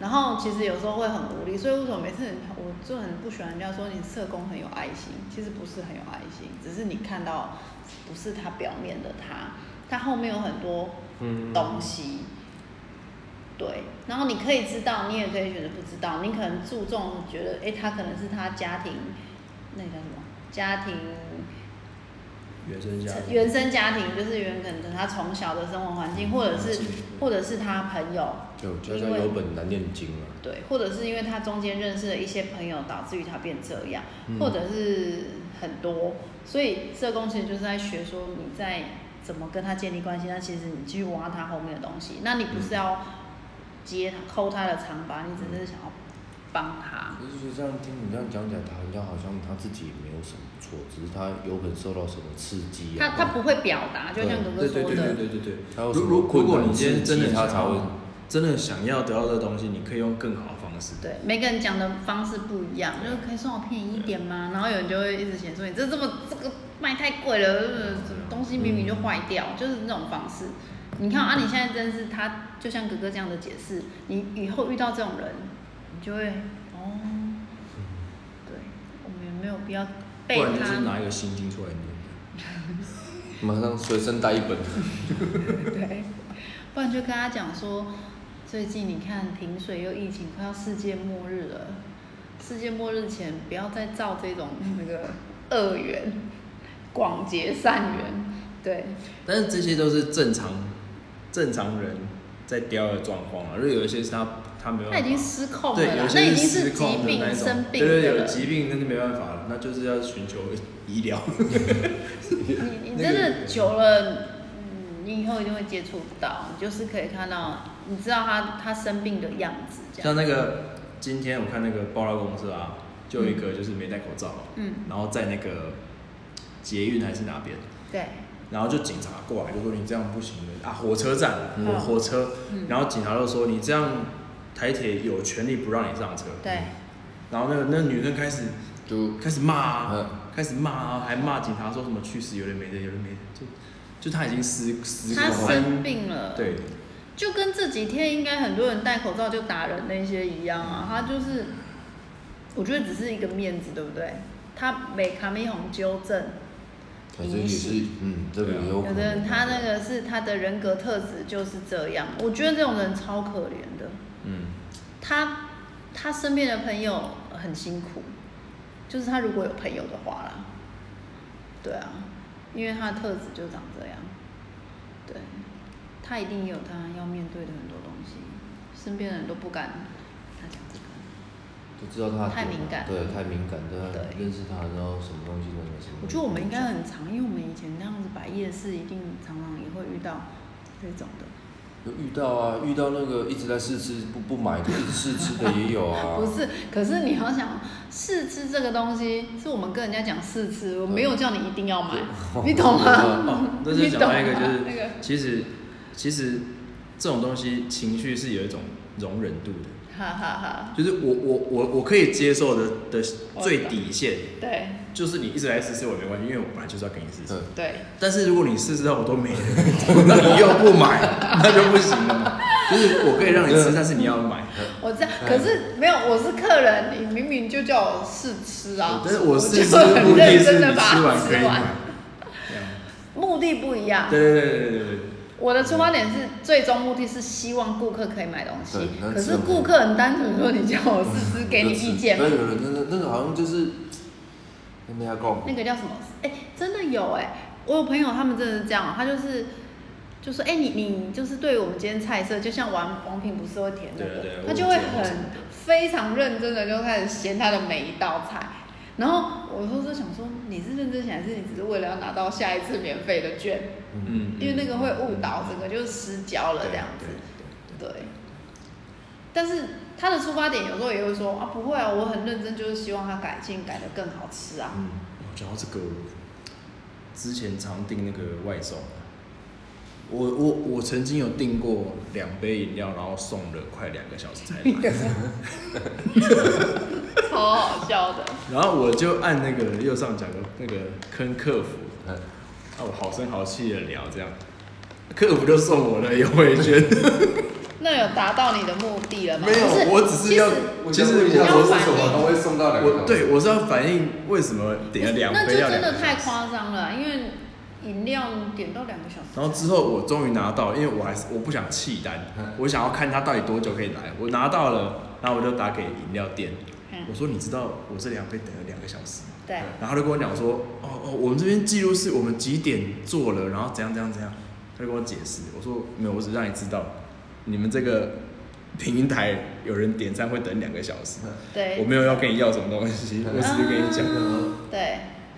[SPEAKER 2] 然后其实有时候会很无力，所以为什么每次人我就很不喜欢人家说你社工很有爱心，其实不是很有爱心，只是你看到不是他表面的他，他后面有很多
[SPEAKER 3] 嗯
[SPEAKER 2] 东西。对，然后你可以知道，你也可以选择不知道。你可能注重觉得，哎，他可能是他家庭，那个叫什么？家庭
[SPEAKER 1] 原生家庭，
[SPEAKER 2] 原生家庭，就是原可能他从小的生活环境，或者是
[SPEAKER 1] 环境
[SPEAKER 2] 或者是他朋友，
[SPEAKER 3] 就家家有本难念经啊。
[SPEAKER 2] 对，或者是因为他中间认识了一些朋友，导致于他变这样，
[SPEAKER 3] 嗯
[SPEAKER 2] 或者是很多，所以社工其实就是在学说你在怎么跟他建立关系，那其实你去挖他后面的东西，那你
[SPEAKER 1] 嗯
[SPEAKER 2] 不是要接他抠他的长疤，你只是想要帮他。
[SPEAKER 3] 我就觉得这样听你这样讲起来，他好像好像他自己也没有什么错，只是他有可能受到什么刺激
[SPEAKER 2] 他
[SPEAKER 3] 啊。
[SPEAKER 2] 他不会表达，就像哥
[SPEAKER 1] 哦
[SPEAKER 2] 哥
[SPEAKER 1] 对对
[SPEAKER 2] 说
[SPEAKER 1] 对
[SPEAKER 2] 的
[SPEAKER 1] 对，对对对。
[SPEAKER 3] 他有什
[SPEAKER 1] 如
[SPEAKER 3] 么
[SPEAKER 1] 如如果
[SPEAKER 3] 困
[SPEAKER 1] 你
[SPEAKER 3] 难
[SPEAKER 1] 今天真的
[SPEAKER 3] 刺激他才
[SPEAKER 1] 想
[SPEAKER 3] 会
[SPEAKER 1] 要真的想要得到这个东西，你可以用更好的方式。
[SPEAKER 2] 对，每个人讲的方式不一样，就是可以算我便宜一点
[SPEAKER 1] 嗯
[SPEAKER 2] 吗？然后有人就会一直嫌说你这这么这个卖太贵了，呃东西明明就坏掉，就是那种方式。你看啊，
[SPEAKER 1] 嗯
[SPEAKER 2] 你现在真是他，就像哥哥这样的解释，你以后遇到这种人，你就会哦，
[SPEAKER 1] 嗯
[SPEAKER 2] 对，我们也没有必要被
[SPEAKER 1] 不然就是
[SPEAKER 2] 他
[SPEAKER 1] 拿一个心经出来念。
[SPEAKER 3] 马上随身带一本。
[SPEAKER 2] 对，不然就跟他讲说，最近你看停水又疫情，快要世界末日了，世界末日前不要再造这种那个恶缘，广结善缘，对，
[SPEAKER 1] 但是这些都是正常正常人在雕的状况啊，因为有一些是他他没有办法，
[SPEAKER 2] 他已经失控了
[SPEAKER 1] 对，
[SPEAKER 2] 啦
[SPEAKER 1] 有，
[SPEAKER 2] 那
[SPEAKER 1] 些
[SPEAKER 2] 已经
[SPEAKER 1] 失
[SPEAKER 2] 是疾
[SPEAKER 1] 控的那
[SPEAKER 2] 病
[SPEAKER 1] 一种
[SPEAKER 2] 生病
[SPEAKER 1] 对对，
[SPEAKER 2] 的
[SPEAKER 1] 有
[SPEAKER 2] 了。
[SPEAKER 1] 疾病那就没办法了，那就是要寻求医 疗。
[SPEAKER 2] 你你
[SPEAKER 1] 那
[SPEAKER 2] 真
[SPEAKER 1] 个
[SPEAKER 2] 的久了，嗯，你以后一定会接触到，你就是可以看到，你知道他他生病的样子这
[SPEAKER 1] 像
[SPEAKER 2] 样。
[SPEAKER 1] 那个今天我看那个爆料公司啊，就有一个就是没戴口罩，
[SPEAKER 2] 嗯，
[SPEAKER 1] 然后在那个捷运还是哪边，
[SPEAKER 2] 对，
[SPEAKER 1] 然后就警察过来就说你这样不行的啊，火车站，
[SPEAKER 2] 嗯
[SPEAKER 1] 火火车，然后警察就说你这样。台铁有权利不让你上车。
[SPEAKER 2] 对，
[SPEAKER 1] 然后那个那个女生开始
[SPEAKER 3] 就
[SPEAKER 1] 开始骂啊、
[SPEAKER 3] 嗯
[SPEAKER 1] 开始骂啊，还骂警察说什么去死有人没的，有人没的，就就她已经失失
[SPEAKER 2] 他
[SPEAKER 1] 控了。
[SPEAKER 2] 生病了，，
[SPEAKER 1] 对，
[SPEAKER 2] 就跟这几天应该很多人戴口罩就打人那些一样啊，他就是，我觉得只是一个面子，对不对？他被卡米红纠正，
[SPEAKER 3] 反正也是
[SPEAKER 2] 影，
[SPEAKER 3] 嗯，这个
[SPEAKER 1] 对啊
[SPEAKER 3] 也有可
[SPEAKER 2] 有的人
[SPEAKER 3] 能。
[SPEAKER 2] 他那个是他的人格特质就是这样，我觉得这种人超可怜的。
[SPEAKER 1] 嗯，
[SPEAKER 2] 他他身边的朋友很辛苦，就是他如果有朋友的话啦，对啊，因为他的特质就长这样，对，他一定也有他要面对的很多东西，身边的人都不敢跟他讲这个。
[SPEAKER 3] 就知道他的
[SPEAKER 2] 太
[SPEAKER 3] 点
[SPEAKER 2] 敏感
[SPEAKER 3] 对，太敏感，对啊，
[SPEAKER 2] 对
[SPEAKER 3] 认识他，然后什么东西都没什么。
[SPEAKER 2] 我觉得我们应该很常，因为我们以前那样子摆夜市，一定常常也会遇到这种的，
[SPEAKER 3] 有遇到啊，遇到那个一直在试吃不不买的，一直试吃的也有
[SPEAKER 1] 哦
[SPEAKER 3] 啊。
[SPEAKER 2] 不是？可是你要想试吃这个东西，是我们跟人家讲试吃，我没有叫你一定要买， 你懂吗？
[SPEAKER 1] 哦，那就
[SPEAKER 2] 你
[SPEAKER 1] 讲
[SPEAKER 2] 懂
[SPEAKER 1] 到一个就
[SPEAKER 2] 吗
[SPEAKER 1] 是，
[SPEAKER 2] 那个
[SPEAKER 1] 其实其实这种东西情绪是有一种容忍度的，
[SPEAKER 2] 哈哈哈，
[SPEAKER 1] 就是我我我我可以接受的的
[SPEAKER 2] 我
[SPEAKER 1] 最
[SPEAKER 2] 哦懂
[SPEAKER 1] 底线，
[SPEAKER 2] 对
[SPEAKER 1] 就是你一直来试试我也没关系，因为我本来就是要给你试试
[SPEAKER 3] 对。，
[SPEAKER 2] 对，
[SPEAKER 1] 但是如果你试试到我都没了，那你又不买，那就不行了嘛。就是我可以让你吃，但是你要买。
[SPEAKER 2] 我知道，
[SPEAKER 1] 嗯
[SPEAKER 2] 可是没有，我是客人，你明明就叫我试吃啊，
[SPEAKER 1] 但是我试吃
[SPEAKER 2] 就
[SPEAKER 1] 的
[SPEAKER 2] 很
[SPEAKER 1] 目的
[SPEAKER 2] 认
[SPEAKER 1] 是
[SPEAKER 2] 真
[SPEAKER 1] 你
[SPEAKER 2] 的把
[SPEAKER 1] 吃完
[SPEAKER 2] 它
[SPEAKER 1] 可以买
[SPEAKER 2] 吃完，。目的不一样。
[SPEAKER 1] 对对对对对对
[SPEAKER 2] 我的出发点是最终目的是希望顾客可以买东西
[SPEAKER 3] 对，那
[SPEAKER 2] 可
[SPEAKER 3] 吃
[SPEAKER 2] 是
[SPEAKER 3] 完
[SPEAKER 2] 顾客很单纯说你叫我
[SPEAKER 1] 嗯
[SPEAKER 2] 试吃，给你意见
[SPEAKER 3] 那，有人真的那个好像就是，跟大家讲，
[SPEAKER 2] 那个叫什么？哎、真的有哎、我有朋友他们真的是这样，哦他就是就说，哎、你你就是对我们今天菜色，就像王王品不是会填那个，
[SPEAKER 1] 对对对
[SPEAKER 2] 他就
[SPEAKER 1] 我
[SPEAKER 2] 会
[SPEAKER 1] 有见过
[SPEAKER 2] 很非常认真的就开始嫌他的每一道菜。然后我说是想说，你是认真想，还是你只是为了要拿到下一次免费的券？
[SPEAKER 1] 嗯，
[SPEAKER 2] 因为那个会误导整个就是失焦了这样子。对。但是他的出发点有时候也会说啊，不会啊，我很认真，就是希望他改进，改得更好吃啊。
[SPEAKER 3] 嗯，
[SPEAKER 1] 我讲到这个，之前常订那个外送，啊我我我曾经有订过两杯饮料，然后送了快两个小时才 来，
[SPEAKER 2] 超好笑的。
[SPEAKER 1] 然后我就按那个右上角的那个坑客服，
[SPEAKER 3] 哎
[SPEAKER 1] 啊，我好声好气的聊这样，客服就送我了优惠券，
[SPEAKER 2] 那有达到你的目的了吗？
[SPEAKER 1] 没有
[SPEAKER 2] 不
[SPEAKER 1] 我只是要
[SPEAKER 2] 其实
[SPEAKER 1] 其实我
[SPEAKER 3] 说
[SPEAKER 2] 要
[SPEAKER 3] 是
[SPEAKER 2] 反
[SPEAKER 3] 什么，
[SPEAKER 2] 应
[SPEAKER 3] 他会送到两个。
[SPEAKER 1] 我对我是要反映为什么点了两
[SPEAKER 2] 那就
[SPEAKER 1] 杯要
[SPEAKER 2] 真
[SPEAKER 1] 两
[SPEAKER 2] 的
[SPEAKER 1] 个
[SPEAKER 2] 太
[SPEAKER 1] 小时。
[SPEAKER 2] 夸张了，因为饮料点到两个小时。
[SPEAKER 1] 然后之后我终于拿到，因为我还是我不想弃单
[SPEAKER 3] 嗯，
[SPEAKER 1] 我想要看他到底多久可以来。我拿到了，然后我就打给饮料店，
[SPEAKER 2] 嗯
[SPEAKER 1] 我，说你知道我这两杯等了两个小时吗？
[SPEAKER 2] 对，
[SPEAKER 1] 然后他就跟我讲说，哦哦，我们这边记录是我们几点做了，然后怎样怎样怎样，他就跟我解释。我说没有，我只让你知道，你们这个平台有人点赞会等两个小时，我
[SPEAKER 2] 对，嗯
[SPEAKER 1] 没有要跟你要什么东西，我只是跟你讲。
[SPEAKER 2] 啊对，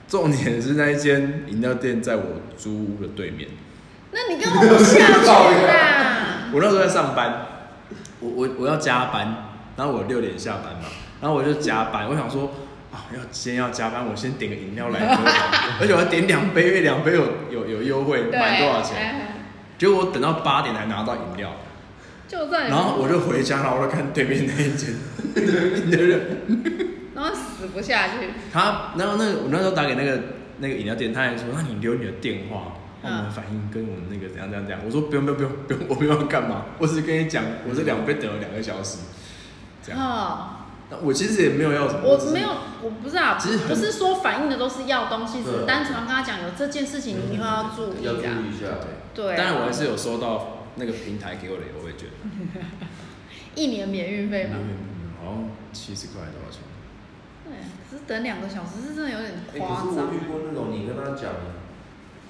[SPEAKER 1] 重点是那一间饮料店在我租屋的对面，
[SPEAKER 2] 那你根本不下去啦。
[SPEAKER 1] 我那时候在上班，我我我要加班，然后我六点下班嘛，然后我就加班，我想说啊，要今天要加班，我先点个饮料来喝， 而且我要点两杯，因为两杯有有有优惠，
[SPEAKER 2] 对，
[SPEAKER 1] 买多少钱？
[SPEAKER 2] 哎
[SPEAKER 1] 结果我等到八点才拿到饮料，
[SPEAKER 2] 就算
[SPEAKER 1] 然后我就回家，然后我就看对面那一 间，那个人
[SPEAKER 2] 然后死不下去，
[SPEAKER 1] 他，然后那个我那时候打给那个那个饮料店，他还说，那你留你的电话，我
[SPEAKER 2] 嗯
[SPEAKER 1] 们反映跟我们那个怎样怎样怎样。我说不用不用不用不用，我没有要干嘛，我只是跟你讲，我这两杯等了两个小时，这样。
[SPEAKER 2] 哦，
[SPEAKER 1] 那我其实也没有要什么，
[SPEAKER 2] 我
[SPEAKER 1] 只是
[SPEAKER 2] 没有，，我不是啊，
[SPEAKER 1] 其实很
[SPEAKER 2] 不是说反映的都是要东西，只
[SPEAKER 3] 对
[SPEAKER 2] 是单纯跟他讲有这件事情，你以后要注意
[SPEAKER 3] 要注
[SPEAKER 2] 的。
[SPEAKER 3] 意一下。
[SPEAKER 2] 对啊，
[SPEAKER 1] 当然我还是有收到那个平台给我的优惠券，
[SPEAKER 2] 一年免运费嘛。
[SPEAKER 1] 嗯好像七十块多少钱？
[SPEAKER 2] 对，可是等两个小时是真的有点
[SPEAKER 3] 哎，可
[SPEAKER 2] 夸
[SPEAKER 3] 是我
[SPEAKER 2] 张
[SPEAKER 3] 遇。过那种，你跟他讲，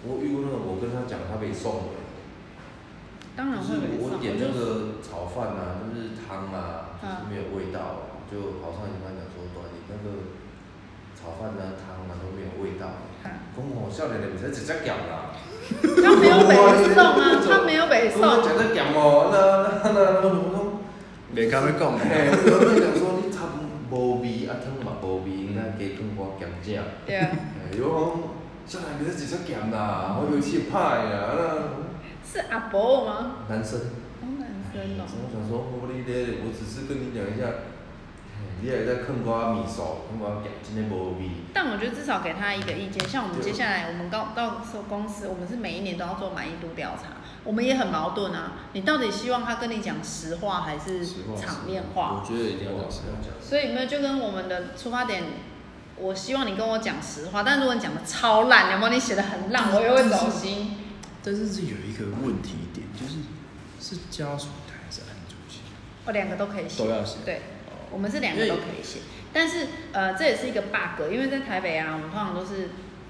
[SPEAKER 3] 我遇过那种，我跟他讲，他被送了。
[SPEAKER 2] 当然
[SPEAKER 3] 就是
[SPEAKER 2] 会没
[SPEAKER 3] 我
[SPEAKER 2] 上，
[SPEAKER 3] 点那
[SPEAKER 2] 就
[SPEAKER 3] 个炒饭啊，就是汤啊，就是没有味道，就好像你刚才讲说，对，你那个炒饭啊、汤啊都没有味道。讲我少年的不是直接咸啦，
[SPEAKER 2] 他没有北送啊，他没有北
[SPEAKER 3] 我讲
[SPEAKER 2] 送，
[SPEAKER 3] 得咸哦，那那那那我讲，
[SPEAKER 1] 没跟他讲，
[SPEAKER 3] 哎，我讲讲说你汤无味，啊汤嘛无味，应该加汤我咸正。
[SPEAKER 2] 对 啊，
[SPEAKER 3] 哎，我讲少年不是直接咸啦，我有气派啊，
[SPEAKER 2] 是阿伯吗？
[SPEAKER 3] 那男生
[SPEAKER 2] 好难说，哦真的
[SPEAKER 3] 然后我想说，我哩咧，我只是跟你讲一下，你也在看瓜米少，看瓜咸，今天无味。
[SPEAKER 2] 但我觉得至少给他一个意见，像我们接下来，我们到到时候公司，我们是每一年都要做满意度调查，我们也很矛盾啊。你到底希望他跟你讲实话还是
[SPEAKER 1] 实话
[SPEAKER 2] 场面话
[SPEAKER 1] 我？觉得一定要讲实话。
[SPEAKER 2] 所以没有就跟我们的出发点，我希望你跟我讲实话，但如果你讲的超烂，有没有你写的很烂，我也会走心。
[SPEAKER 1] 但是这有一个问题点，就是是家属台还是案主席
[SPEAKER 2] 我哦两个都可以写
[SPEAKER 1] 都。要写。嗯
[SPEAKER 2] 对，我们是两个都可以写，但是呃，这也是一个 bug，因为在台北啊，我们通常都是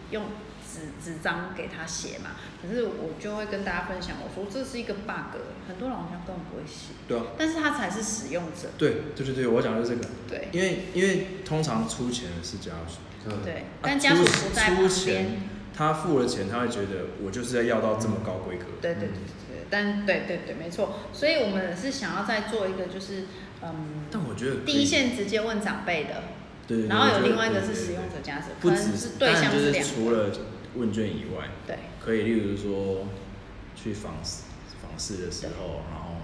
[SPEAKER 2] 用纸纸张给他写嘛。可是我就会跟大家分享，我说这是一个 bug，很多人好像根本不会写，
[SPEAKER 1] 对啊，
[SPEAKER 2] 但是他才是使用者，
[SPEAKER 1] 对对对对，我讲的是这个，
[SPEAKER 2] 对
[SPEAKER 1] 因为因为通常出钱的是家属，
[SPEAKER 3] 对，
[SPEAKER 2] 对
[SPEAKER 1] 啊，
[SPEAKER 2] 但家属不在
[SPEAKER 1] 出
[SPEAKER 2] 旁
[SPEAKER 1] 钱
[SPEAKER 2] 边，
[SPEAKER 1] 他付了钱，他会觉得我就是要要到这么高规格。
[SPEAKER 2] 对对对对，但对对对，没错，所以我们是想要再做一个就是嗯，
[SPEAKER 1] 但我觉得可以
[SPEAKER 2] 第一，线直接问长辈的，
[SPEAKER 1] 对对对
[SPEAKER 2] 然后有另外一个
[SPEAKER 1] 对
[SPEAKER 2] 是
[SPEAKER 1] 对对
[SPEAKER 2] 使用
[SPEAKER 1] 对
[SPEAKER 2] 者家属，
[SPEAKER 1] 不
[SPEAKER 2] 可
[SPEAKER 1] 只
[SPEAKER 2] 能是对
[SPEAKER 1] 当然
[SPEAKER 2] 象
[SPEAKER 1] 就是
[SPEAKER 2] 两
[SPEAKER 1] 除
[SPEAKER 2] 个，
[SPEAKER 1] 了问卷以外，
[SPEAKER 2] 对
[SPEAKER 1] 可以例如说去访视访视的时候，然后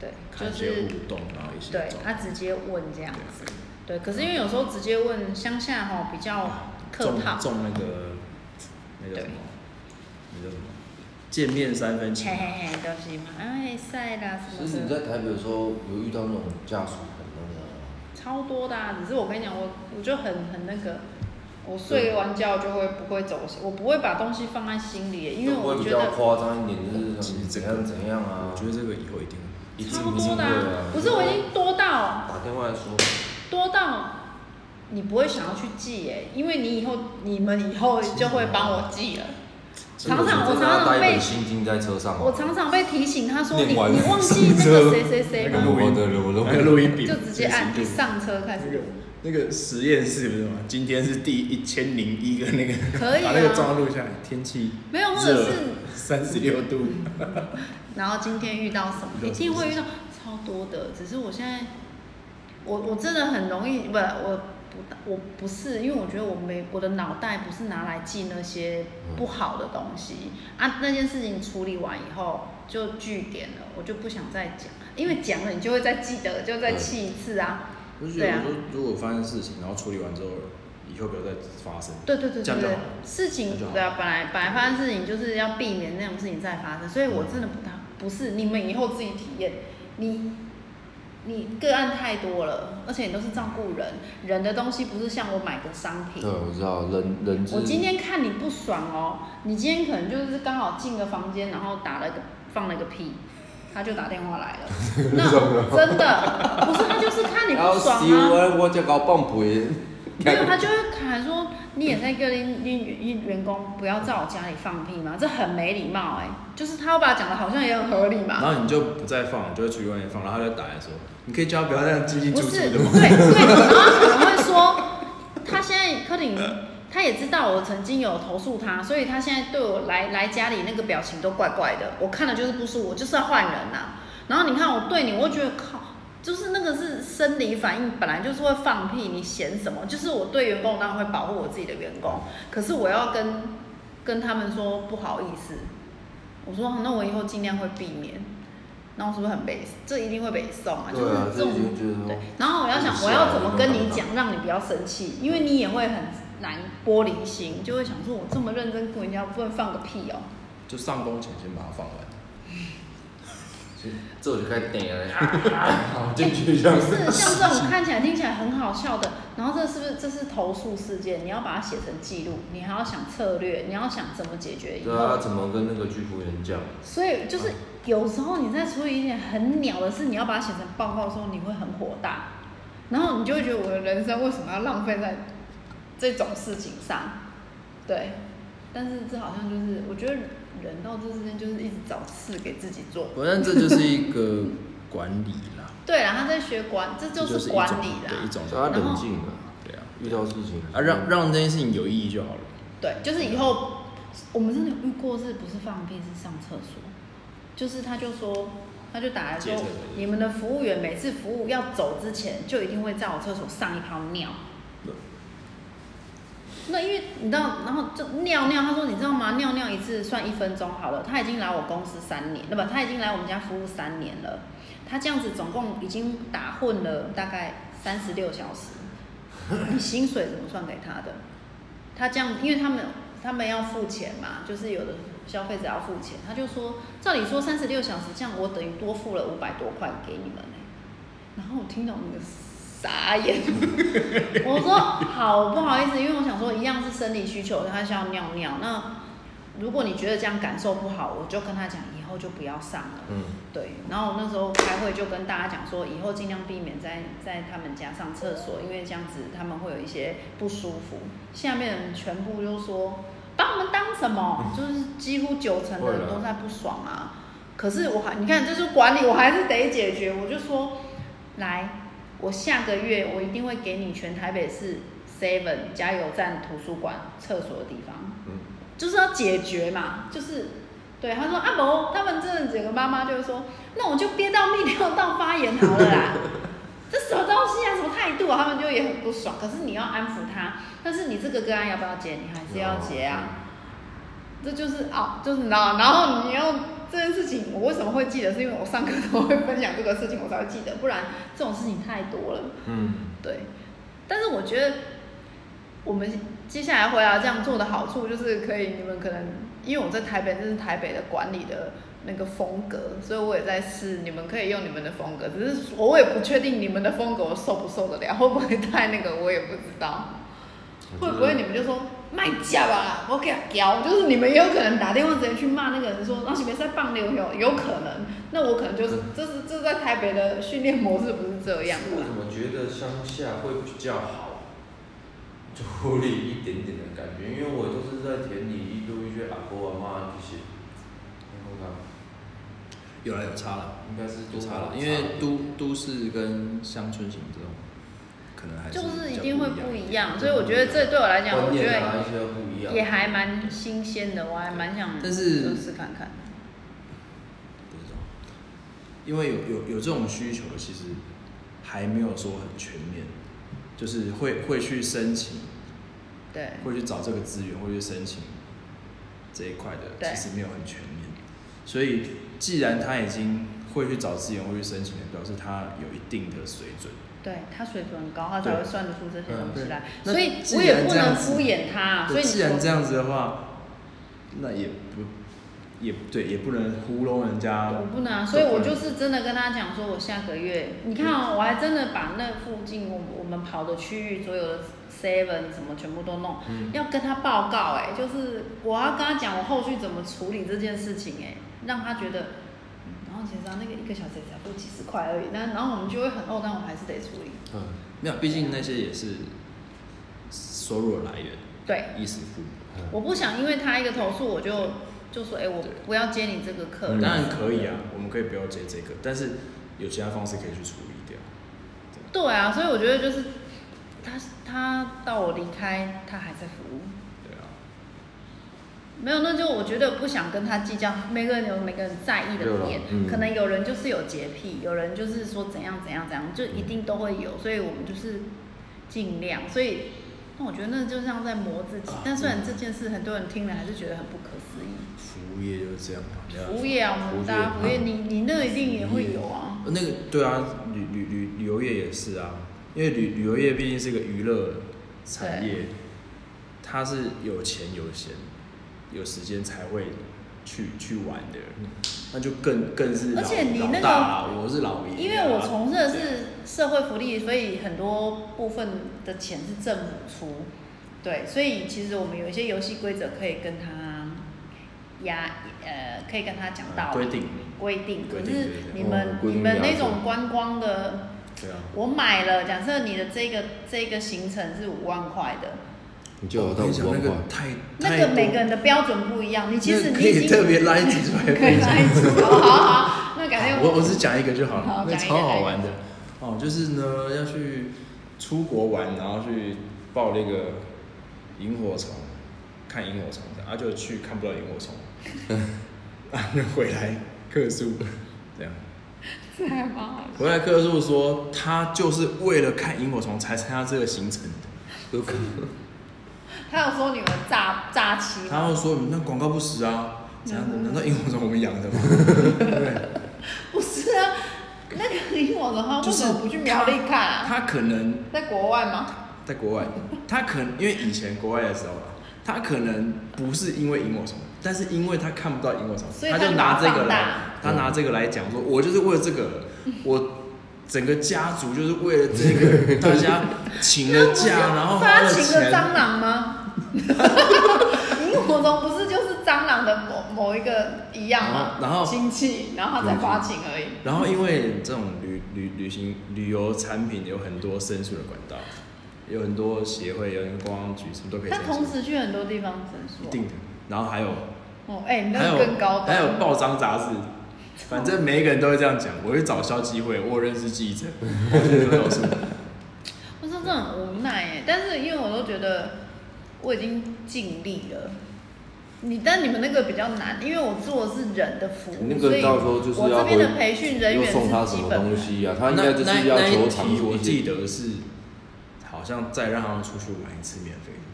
[SPEAKER 2] 对，
[SPEAKER 1] 看
[SPEAKER 2] 就
[SPEAKER 1] 一些
[SPEAKER 2] 是
[SPEAKER 1] 互动，然后一些
[SPEAKER 2] 对
[SPEAKER 1] 状
[SPEAKER 2] 他直接问这样子，对。可是因为有时候直接问乡下哈比较客
[SPEAKER 1] 中
[SPEAKER 2] 套，
[SPEAKER 1] 中那个那个
[SPEAKER 2] 对
[SPEAKER 1] 什么，那叫什么？见面三分情
[SPEAKER 2] 嘿。嘿嘿，就是嘛，哎晒啦什
[SPEAKER 3] 其实
[SPEAKER 2] 么
[SPEAKER 3] 你
[SPEAKER 2] 的，
[SPEAKER 3] 在台北的时候，有遇到那种家属很那个吗？
[SPEAKER 2] 超多的、啊。只是我跟你讲，我我就很很那个，我睡完觉就会不会走心，我不会把东西放在心里，因为
[SPEAKER 3] 会
[SPEAKER 2] 我
[SPEAKER 3] 比
[SPEAKER 2] 觉
[SPEAKER 3] 较
[SPEAKER 2] 得
[SPEAKER 3] 夸张一点，就是怎样怎样啊
[SPEAKER 1] 我，觉得这个以后一定
[SPEAKER 3] 一定
[SPEAKER 2] 超
[SPEAKER 3] 一定
[SPEAKER 2] 多
[SPEAKER 3] 会
[SPEAKER 2] 的、
[SPEAKER 3] 啊。
[SPEAKER 2] 不是我已经多到
[SPEAKER 3] 打电话来说，
[SPEAKER 2] 多到。你不会想要去记哎，因为你以后你们以后就会帮我记了。常常我
[SPEAKER 3] 真的要
[SPEAKER 2] 常常
[SPEAKER 3] 带一
[SPEAKER 2] 被
[SPEAKER 3] 本心经在车上啊，
[SPEAKER 2] 我常常被提醒，他说你
[SPEAKER 3] 念完
[SPEAKER 2] 你忘记那个谁谁谁啊
[SPEAKER 1] 那个
[SPEAKER 2] 吗？
[SPEAKER 1] 录音
[SPEAKER 3] 我的我
[SPEAKER 1] 那
[SPEAKER 3] 的
[SPEAKER 1] 个录音笔
[SPEAKER 2] 就直接按
[SPEAKER 1] 就
[SPEAKER 2] 一
[SPEAKER 1] 是
[SPEAKER 2] 上车开
[SPEAKER 1] 那
[SPEAKER 2] 始
[SPEAKER 1] 个
[SPEAKER 2] 录。
[SPEAKER 1] 那个实验室不是吗？今天是第一千零一个那个，
[SPEAKER 2] 可以啊
[SPEAKER 1] 把那个状况录下来。天气
[SPEAKER 2] 没有或者是
[SPEAKER 1] 三十六度，
[SPEAKER 2] 然后今天遇到什么，
[SPEAKER 1] 有
[SPEAKER 2] 一定会遇到超多的。只是我现在，我我真的很容易，不，我不我不是，因为我觉得我没我的脑袋不是拿来记那些不好的东西啊。那件事情处理完以后就据点了，我就不想再讲，因为讲了你就会再记得，就再气一次啊。
[SPEAKER 1] 我就觉
[SPEAKER 2] 对
[SPEAKER 1] 得
[SPEAKER 2] 啊
[SPEAKER 1] 说，如果发生事情，然后处理完之后，以后不要再发生。
[SPEAKER 2] 对对对
[SPEAKER 1] 这样
[SPEAKER 2] 对
[SPEAKER 1] 就
[SPEAKER 2] 对
[SPEAKER 1] 好了，
[SPEAKER 2] 事情
[SPEAKER 1] 这样就好
[SPEAKER 2] 对啊，本来本来发生事情就是要避免那种事情再发生，所以我真的不大不是你们以后自己体验，你你个案太多了，而且你都是照顾人，人的东西不是像我买个商品
[SPEAKER 3] 对，，
[SPEAKER 1] 嗯
[SPEAKER 3] 我知道，人人质。
[SPEAKER 2] 我今天看你不爽哦，你今天可能就是刚好进个房间，然后打了个放了个屁。他就打电 话来了，那真的不是他就是看你
[SPEAKER 3] 然
[SPEAKER 2] 不
[SPEAKER 3] 后
[SPEAKER 2] 爽
[SPEAKER 3] 洗
[SPEAKER 2] 啊，
[SPEAKER 3] 完我就搞棒槌，
[SPEAKER 2] 没有，他就会喊说：“你也在跟你你你员工不要在我家里放屁嘛，这很没礼貌哎、就是他要把它讲的好像也很合理嘛，
[SPEAKER 1] 然后你就不再放，你就会出去外面放，然后他就打来说，你可以叫他不要这样进进
[SPEAKER 2] 不
[SPEAKER 1] 出出
[SPEAKER 2] 是？对
[SPEAKER 1] 的吗？
[SPEAKER 2] 对，然后他可能会说，他现在柯林他也知道我曾经有投诉他，所以他现在对我来来家里那个表情都怪怪的，我看了就是不舒服，我就是要换人呐、然后你看我对你，我会觉得靠。”就是那个是生理反应，本来就是会放屁，你嫌什么？就是我对员工当然会保护我自己的员工，可是我要跟跟他们说不好意思，我说那我以后尽量会避免，那我是不是很被？这一定会被送啊，就是
[SPEAKER 3] 对啊
[SPEAKER 2] 这种
[SPEAKER 3] 这已经觉得说
[SPEAKER 2] 对。然后我要想
[SPEAKER 3] 很
[SPEAKER 2] 我要
[SPEAKER 3] 吓
[SPEAKER 2] 怎
[SPEAKER 3] 人
[SPEAKER 2] 么
[SPEAKER 3] 的
[SPEAKER 2] 跟
[SPEAKER 3] 那
[SPEAKER 2] 你
[SPEAKER 3] 种
[SPEAKER 2] 讲，让你不要生气，因为你也会很难玻璃心，就会想说我这么认真跟人家不能放个屁 哦。
[SPEAKER 1] 就上工前先把它放 完。
[SPEAKER 3] 这我就开始点了， 啊进去这样
[SPEAKER 2] 不。是像这种看起来听起来很好笑的，然后这是不是这是投诉事件？你要把它写成记录，你还要想策略，你要想怎么解决以
[SPEAKER 3] 对啊，
[SPEAKER 2] 后。
[SPEAKER 3] 怎么跟那个居服员讲？
[SPEAKER 2] 所以就是
[SPEAKER 1] 嗯
[SPEAKER 2] 有时候你在处理一件很鸟的事，你要把它写成报告的时候，你会很火大，然后你就会觉得我的人生为什么要浪费在这种事情上？对，但是这好像就是我觉得人到这之间就是一直找事给自己做。
[SPEAKER 1] 反正这就是一个管理啦，
[SPEAKER 2] 对啦，他在学管，这 就
[SPEAKER 1] 这就是是
[SPEAKER 2] 管
[SPEAKER 1] 一种
[SPEAKER 2] 理
[SPEAKER 1] 对一
[SPEAKER 2] 啦。
[SPEAKER 1] 种
[SPEAKER 3] 叫他
[SPEAKER 2] 然后
[SPEAKER 3] 冷静啊，
[SPEAKER 1] 对啊，
[SPEAKER 3] 遇到事情
[SPEAKER 1] 啊让让这件事情有意义就好了。
[SPEAKER 2] 对，就是以后我们真的有遇过，是不是放屁是上厕所？就是他就说，他就打来说
[SPEAKER 1] 借厕所，
[SPEAKER 2] 你们的服务员每次服务要走之前，就一定会在我厕所上一泡尿。那因为你知道，然后就尿尿，他说你知道吗？尿尿一次算一分钟好了。他已经来我公司三年，那么他已经来我们家服务三年了。他这样子总共已经打混了大概三十六小时，你薪水怎么算给他的？他这样，因为他们他们要付钱嘛，就是有的消费者要付钱，他就说，照理说三十六小时这样，我等于多付了五百多块给你们、欸、然后我听到那个傻眼， 我说好不好意思，因为我想说一样是生理需求，他是要尿尿，那如果你觉得这样感受不好，我就跟他讲以后就不要上了。
[SPEAKER 3] 嗯，
[SPEAKER 2] 对，然后我那时候开会就跟大家讲说，以后尽量避免在在他们家上厕所，因为这样子他们会有一些不舒服。下面人全部就说把我们当什么，就是几乎九成的人都在不爽啊。可是我还你看，这是管理，我还是得解决。我就说，来，我下个月我一定会给你全台北市 Seven 加油站、图书馆、厕所的地方。
[SPEAKER 3] 嗯
[SPEAKER 2] 就是要解决嘛，就是对他说阿伯、他们这几个妈妈就会说，那我就憋到泌尿道发炎好了啦，这什么东西啊，什么态度啊，他们就也很不爽。可是你要安抚他，但是你这个个案要不要结，你还是要结啊。这就是哦，就是你知道，然后你要这件事情，我为什么会记得？是因为我上课都会分享这个事情，我才会记得，不然这种事情太多了。
[SPEAKER 1] 嗯，
[SPEAKER 2] 对，但是我觉得我们接下来回来这样做的好处就是可以，你们可能因为我在台北，这是台北的管理的那个风格，所以我也在试，你们可以用你们的风格，只是我也不确定你们的风格我受不受得了，会不会太那个，我也不知道。会不会你们就说卖假吧？我给他屌，就是你们也有可能打电话直接去骂那个人说，啊那前面在放流有有可能，那我可能就是这是这是在台北的训练模式不是这样的
[SPEAKER 3] 我
[SPEAKER 2] 啦
[SPEAKER 3] 怎。么觉得乡下会比较好处理一点点的感觉？因为我都是在田里一路一些阿婆阿妈这些，然后呢，
[SPEAKER 1] 有来有差了，
[SPEAKER 3] 应该是
[SPEAKER 1] 有
[SPEAKER 3] 多
[SPEAKER 1] 差
[SPEAKER 3] 少
[SPEAKER 1] 了，因为都都市跟乡村型这种，可能还是
[SPEAKER 2] 就
[SPEAKER 1] 比较
[SPEAKER 2] 是一定会不
[SPEAKER 1] 不
[SPEAKER 2] 一样，所以我觉得这对我来讲，
[SPEAKER 3] 观
[SPEAKER 2] 我觉
[SPEAKER 3] 念啊一
[SPEAKER 2] 得
[SPEAKER 3] 些都不一样，
[SPEAKER 2] 也还蛮新鲜的，我还蛮想
[SPEAKER 1] 但是
[SPEAKER 2] 就试看看。
[SPEAKER 1] 这种，因为有有有这种需求，其实还没有说很全面，就是会会去申请，
[SPEAKER 2] 对，
[SPEAKER 1] 会去找这个资源，会去申请这一块的，
[SPEAKER 2] 对
[SPEAKER 1] 其实没有很全面。所以既然他已经会去找资源，会去申请了，表示他有一定的水准。
[SPEAKER 2] 对他水平很高，他才会算得出这些东西来，
[SPEAKER 1] 嗯对
[SPEAKER 2] 所以
[SPEAKER 1] 那
[SPEAKER 2] 我也
[SPEAKER 1] 既然
[SPEAKER 2] 不
[SPEAKER 1] 这
[SPEAKER 2] 能
[SPEAKER 1] 样子
[SPEAKER 2] 敷衍他。啊所
[SPEAKER 1] 对，
[SPEAKER 2] 以
[SPEAKER 1] 既
[SPEAKER 2] 你
[SPEAKER 1] 然这
[SPEAKER 2] 说，
[SPEAKER 1] 样子的话，那也不也对，也不能糊弄人家。
[SPEAKER 2] 我不能啊，所以我就是真的跟他讲说，我下个月，你看啊，我还真的把那附近我我们跑的区域所有的 seven 什么全部都弄，要跟他报告，哎，就是我要跟他讲我后续怎么处理这件事情，哎，让他觉得，嗯然后其实啊那个一个小时也才付几十块而已，那然后我们就会很哦，但我还是得处理，
[SPEAKER 1] 嗯，没有，毕竟那些也是收入的来源，
[SPEAKER 2] 对，
[SPEAKER 1] 衣食父母。
[SPEAKER 2] 我不想因为他一个投诉我就就说，哎，我不要接你这个课，
[SPEAKER 1] 当然可以啊，我们可以不要接这个，但是有其他方式可以去处理掉。
[SPEAKER 2] 对啊，所以我觉得就是他他到我离开，他还在服务。
[SPEAKER 1] 对啊，
[SPEAKER 2] 没有，那就我觉得不想跟他计较。每个人有每个人在意的
[SPEAKER 3] 对了
[SPEAKER 2] 点，
[SPEAKER 3] 嗯
[SPEAKER 2] 可能有人就是有洁癖，有人就是说怎样怎样怎样，就一定都会有。所以我们就是尽量。啊所以，那我觉得那就像在磨自己。但虽然这件事很多人听了还是觉得很不可思议。
[SPEAKER 1] 服务业就是这样嘛。没有
[SPEAKER 2] 服务业啊，我们大家服务业，你你那一定也会有啊。
[SPEAKER 1] 呃那个对啊，旅旅旅旅游业也是啊，因为旅旅游业毕竟是个娱乐产业，它是有钱有闲有时间才会去去玩的，那就更更是老
[SPEAKER 2] 而且你那
[SPEAKER 1] 老
[SPEAKER 2] 个
[SPEAKER 1] 大啦，我是老爷啊、
[SPEAKER 2] 因为我从事的是社会福利，所以很多部分的钱是政府出，对，所以其实我们有一些游戏规则可以跟他压，呃，可以跟他讲
[SPEAKER 1] 呃
[SPEAKER 2] 道
[SPEAKER 1] 规
[SPEAKER 2] 理
[SPEAKER 1] 定，
[SPEAKER 2] 规定。可
[SPEAKER 1] 规定
[SPEAKER 2] 是
[SPEAKER 1] 规定
[SPEAKER 2] 你们
[SPEAKER 3] 哦规
[SPEAKER 2] 你
[SPEAKER 3] 定
[SPEAKER 2] 们
[SPEAKER 3] 比较
[SPEAKER 2] 那种
[SPEAKER 3] 多
[SPEAKER 2] 观光的，
[SPEAKER 1] 对啊，
[SPEAKER 2] 我买了，假设你的这个这个行程是五万块的，
[SPEAKER 4] 你就有
[SPEAKER 1] 我
[SPEAKER 4] 到
[SPEAKER 1] 跟
[SPEAKER 4] 五
[SPEAKER 1] 你讲那
[SPEAKER 4] 万
[SPEAKER 1] 个
[SPEAKER 4] 块，
[SPEAKER 1] 太
[SPEAKER 2] 那
[SPEAKER 1] 太
[SPEAKER 2] 个
[SPEAKER 1] 多
[SPEAKER 2] 每个人的标准不一样，你其
[SPEAKER 1] 那
[SPEAKER 2] 实你
[SPEAKER 1] 可
[SPEAKER 2] 已
[SPEAKER 1] 以特
[SPEAKER 2] 经
[SPEAKER 1] 别拉一集出来
[SPEAKER 2] 可以
[SPEAKER 1] 分享
[SPEAKER 2] 来一起，好好好，那改天
[SPEAKER 1] 我我只讲一个就好了，
[SPEAKER 2] 好
[SPEAKER 1] 那
[SPEAKER 2] 讲一
[SPEAKER 1] 超
[SPEAKER 2] 个
[SPEAKER 1] 好玩的哦，就是呢要去出国玩，然后去报那个萤火虫，看萤火虫的，啊就去看不到萤火 虫，啊就回来客诉，这样
[SPEAKER 2] 这还蛮好
[SPEAKER 1] 回来客诉说他就是为了看萤火虫才参加这个行程的，
[SPEAKER 4] 有可能
[SPEAKER 2] 他有说你们诈诈欺
[SPEAKER 1] 他
[SPEAKER 2] 吗？
[SPEAKER 1] 会说你嗯那广告不
[SPEAKER 2] 嗯
[SPEAKER 1] 实啊，怎样的？难道萤火虫我们养的吗？
[SPEAKER 2] 不是啊，那个英文的话，
[SPEAKER 1] 就
[SPEAKER 2] 为
[SPEAKER 1] 是
[SPEAKER 2] 什么不去苗栗看啊？
[SPEAKER 1] 他可能
[SPEAKER 2] 在国外吗？
[SPEAKER 1] 在国外，他可能因为以前国外的时候啊，他可能不是因为赢我什么，但是因为他看不到赢我什么
[SPEAKER 2] 所，以
[SPEAKER 1] 他
[SPEAKER 2] 他
[SPEAKER 1] 就拿这个
[SPEAKER 2] 把它放
[SPEAKER 1] 来
[SPEAKER 2] 大，
[SPEAKER 1] 他拿这个来讲说，我就是为了这个，我整个家族就是为了这个，大家请了假，然后花
[SPEAKER 2] 发
[SPEAKER 1] 了
[SPEAKER 2] 情
[SPEAKER 1] 钱，
[SPEAKER 2] 的蟑 螂吗？萤火虫不是就是蟑螂的某某一个一样吗？
[SPEAKER 1] 然后然后
[SPEAKER 2] 亲戚，然后它才发情而已。
[SPEAKER 1] 然后因为这种旅旅旅行旅游产品有很多申诉的管道，有很多协会，有很多观光局什么都可以申
[SPEAKER 2] 但同
[SPEAKER 1] 诉，
[SPEAKER 2] 时去很多地方申诉
[SPEAKER 1] 一
[SPEAKER 2] 啊。
[SPEAKER 1] 定的。然后还有
[SPEAKER 2] 哦，哎、你那
[SPEAKER 1] 还有
[SPEAKER 2] 个更高
[SPEAKER 1] 还
[SPEAKER 2] 端。
[SPEAKER 1] 有报章杂志，反正每一个人都会这样讲。我去找消基会，我有认识记者，我去投诉。
[SPEAKER 2] 我说这很无奈哎，但是因为我都觉得我已经尽力了。你但你们那个比较难，因为我做的是人的服务，
[SPEAKER 3] 那
[SPEAKER 2] 所
[SPEAKER 3] 个
[SPEAKER 2] 以
[SPEAKER 3] 到时候就是
[SPEAKER 2] 我
[SPEAKER 3] 要
[SPEAKER 2] 这
[SPEAKER 3] 回
[SPEAKER 2] 边的培训人
[SPEAKER 3] 又
[SPEAKER 2] 员是
[SPEAKER 3] 送他什
[SPEAKER 2] 基
[SPEAKER 3] 么
[SPEAKER 2] 本
[SPEAKER 3] 东
[SPEAKER 2] 的。
[SPEAKER 3] 西啊？
[SPEAKER 1] 那
[SPEAKER 3] 他应该就是要
[SPEAKER 1] 那
[SPEAKER 3] 求
[SPEAKER 1] 那
[SPEAKER 3] 场
[SPEAKER 1] 一题我
[SPEAKER 3] 一
[SPEAKER 1] 记
[SPEAKER 3] 些。
[SPEAKER 1] 得是好像再让他们出去玩一次免费的。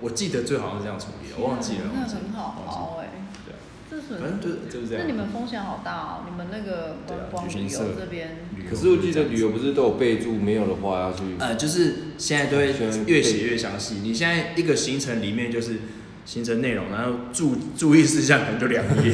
[SPEAKER 1] 我记得最好像是这样处理的，我忘记了。
[SPEAKER 2] 那
[SPEAKER 1] 忘记了
[SPEAKER 2] 很好
[SPEAKER 1] 忘
[SPEAKER 2] 熬哎、
[SPEAKER 1] 记了对，
[SPEAKER 2] 这是
[SPEAKER 1] 反正就就是这
[SPEAKER 2] 那
[SPEAKER 1] 样。
[SPEAKER 2] 你们风险好大哦，你们那个
[SPEAKER 1] 对啊
[SPEAKER 2] 观光
[SPEAKER 1] 旅行
[SPEAKER 2] 旅
[SPEAKER 1] 社
[SPEAKER 2] 游这边，
[SPEAKER 1] 旅游
[SPEAKER 3] 可是我记
[SPEAKER 1] 这
[SPEAKER 3] 得
[SPEAKER 1] 样子
[SPEAKER 3] 旅游不是都有备注，没有的话要去。
[SPEAKER 1] 呃，就是现在都会越写越详细。你现在一个行程里面就是行程内容，然后注注意事项可能就两页，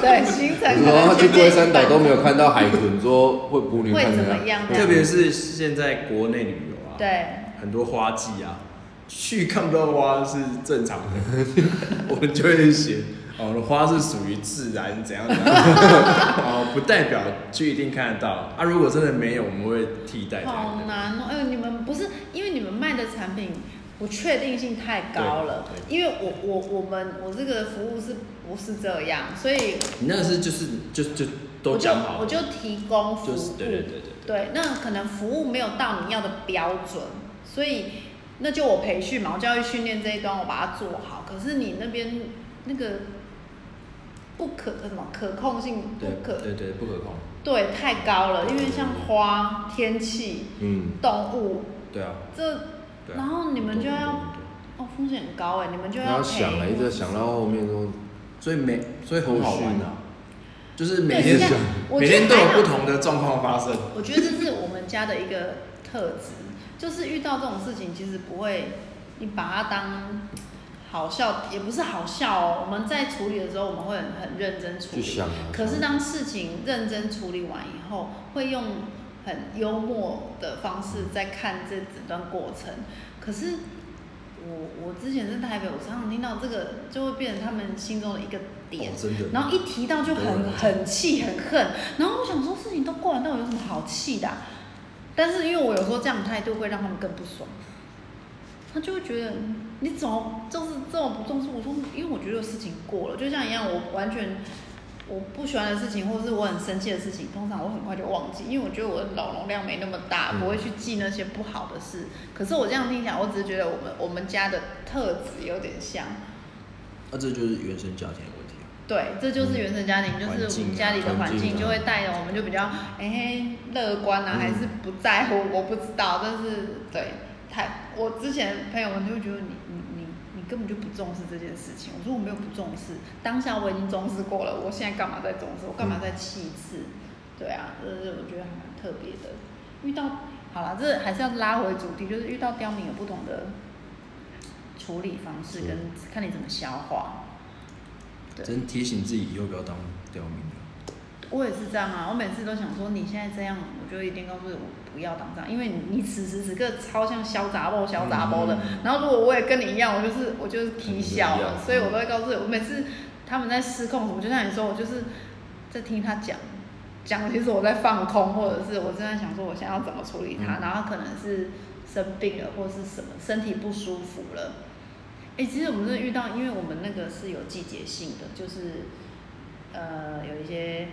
[SPEAKER 2] 对行程可
[SPEAKER 3] 然后
[SPEAKER 2] 能
[SPEAKER 3] 去
[SPEAKER 2] 前
[SPEAKER 3] 龟
[SPEAKER 2] 面
[SPEAKER 3] 山
[SPEAKER 2] 一
[SPEAKER 3] 岛
[SPEAKER 2] 半
[SPEAKER 3] 都没有看到海豚，说会捕女
[SPEAKER 2] 会
[SPEAKER 3] 看啊
[SPEAKER 2] 怎
[SPEAKER 3] 怎
[SPEAKER 2] 么样啊
[SPEAKER 1] 特别是现在国内旅游啊，，
[SPEAKER 2] 嗯对，
[SPEAKER 1] 很多花季啊，去看不到花是正常的， 我们就会写哦，花是属于自然怎样 怎样，哦，不代表就一定看得到啊。如果真的没有，我们会替代这
[SPEAKER 2] 好
[SPEAKER 1] 样的。
[SPEAKER 2] 难哦！哎呦，你们不是因为你们卖的产品不确定性太高了，因为我我我们我这个服务是不是这样？所以
[SPEAKER 1] 你那个是就是就就都
[SPEAKER 2] 我就
[SPEAKER 1] 讲好
[SPEAKER 2] 我
[SPEAKER 1] 了，
[SPEAKER 2] 就提供服务，
[SPEAKER 1] 就是对对对对对。
[SPEAKER 2] 对那可能服务没有到你要的标准，所以那就我培训嘛，我教育训练这一端我把它做好。可是你那边那个不可什么可控性不
[SPEAKER 1] 对
[SPEAKER 2] 可
[SPEAKER 1] 对对，不可控。
[SPEAKER 2] 对太高了，因为像花、天气、
[SPEAKER 3] 嗯，
[SPEAKER 2] 动物
[SPEAKER 1] 对啊，
[SPEAKER 2] 这
[SPEAKER 1] 对
[SPEAKER 2] 然
[SPEAKER 1] 啊。
[SPEAKER 2] 后你们就要
[SPEAKER 1] 对
[SPEAKER 2] 哦，风险很高哎，你们就
[SPEAKER 3] 然后
[SPEAKER 2] 赔
[SPEAKER 3] 想了一直想到后面
[SPEAKER 4] 哦
[SPEAKER 3] 说，
[SPEAKER 1] 所以每所以很好玩啊，就是每
[SPEAKER 2] 对
[SPEAKER 1] 天
[SPEAKER 2] 现在我
[SPEAKER 1] 每
[SPEAKER 2] 觉得
[SPEAKER 1] 天都
[SPEAKER 2] 还
[SPEAKER 1] 有
[SPEAKER 2] 好
[SPEAKER 1] 不同的状况发生。
[SPEAKER 2] 我觉得这是我们家的一个特质， 就是遇到这种事情，其实不会，你把它当好笑，也不是好笑哦。我们在处理的时候，我们会很很认真处
[SPEAKER 3] 去
[SPEAKER 2] 理。
[SPEAKER 3] 想啊。
[SPEAKER 2] 可是当事情认真处理完以后，会用很幽默的方式在看这整段过程。可是我我之前在台北，我常常听到这个，就会变成他们心中的一个点
[SPEAKER 1] 哦。真的
[SPEAKER 2] 然后一提到就很很气很恨，然后我想说事情都过完，到底有什么好气的啊、但是因为我有时候这样的态度会让他们更不爽，他就会觉得嗯你怎么就是这么不重视？我说，因为我觉得事情过了，就像一样，我完全我不喜欢的事情，或者是我很生气的事情，通常我很快就忘记，因为我觉得我的脑容量没那么大，
[SPEAKER 1] 嗯
[SPEAKER 2] 不会去记那些不好的事。可是我这样听起来，我只是觉得我们我们家的特质有点像。
[SPEAKER 1] 那、啊这就是原生家庭的问题啊、
[SPEAKER 2] 对，这就是原生家庭，
[SPEAKER 1] 环
[SPEAKER 2] 就是我
[SPEAKER 1] 境啊
[SPEAKER 2] 们家里的环
[SPEAKER 3] 环境
[SPEAKER 2] 境
[SPEAKER 3] 啊
[SPEAKER 2] 就会带着我们就比较哎乐观啊，还是不在乎，我不知道。但是对，太我之前朋友们就会觉得你你你你根本就不重视这件事情。我说我没有不重视，当下我已经重视过了，我现在干嘛再重视？我干嘛再气一次？对啊，这是我觉得还蛮特别的。遇到好了，这还是要拉回主题，就是遇到刁民有不同的处理方式，跟看你怎么消化。对哦
[SPEAKER 1] 真提醒自己以后不要当刁民了。
[SPEAKER 2] 我也是这样啊，我每次都想说你现在这样，我就一定告诉我不要当这样，因为你你此时此刻超像小杂包、小杂包的。然后如果我也跟你一样，我就是我就是啼笑
[SPEAKER 3] 嗯一
[SPEAKER 2] 了，
[SPEAKER 3] 样
[SPEAKER 2] 所以我都会告诉我每次他们在失控什么，就像你说，我就是在听他讲讲，其实我在放空，或者是我正在想说我现在要怎么处理他，然后可能是生病了或是什么，身体不舒服了。哎、其实我们是遇到，因为我们那个是有季节性的，就是呃有一些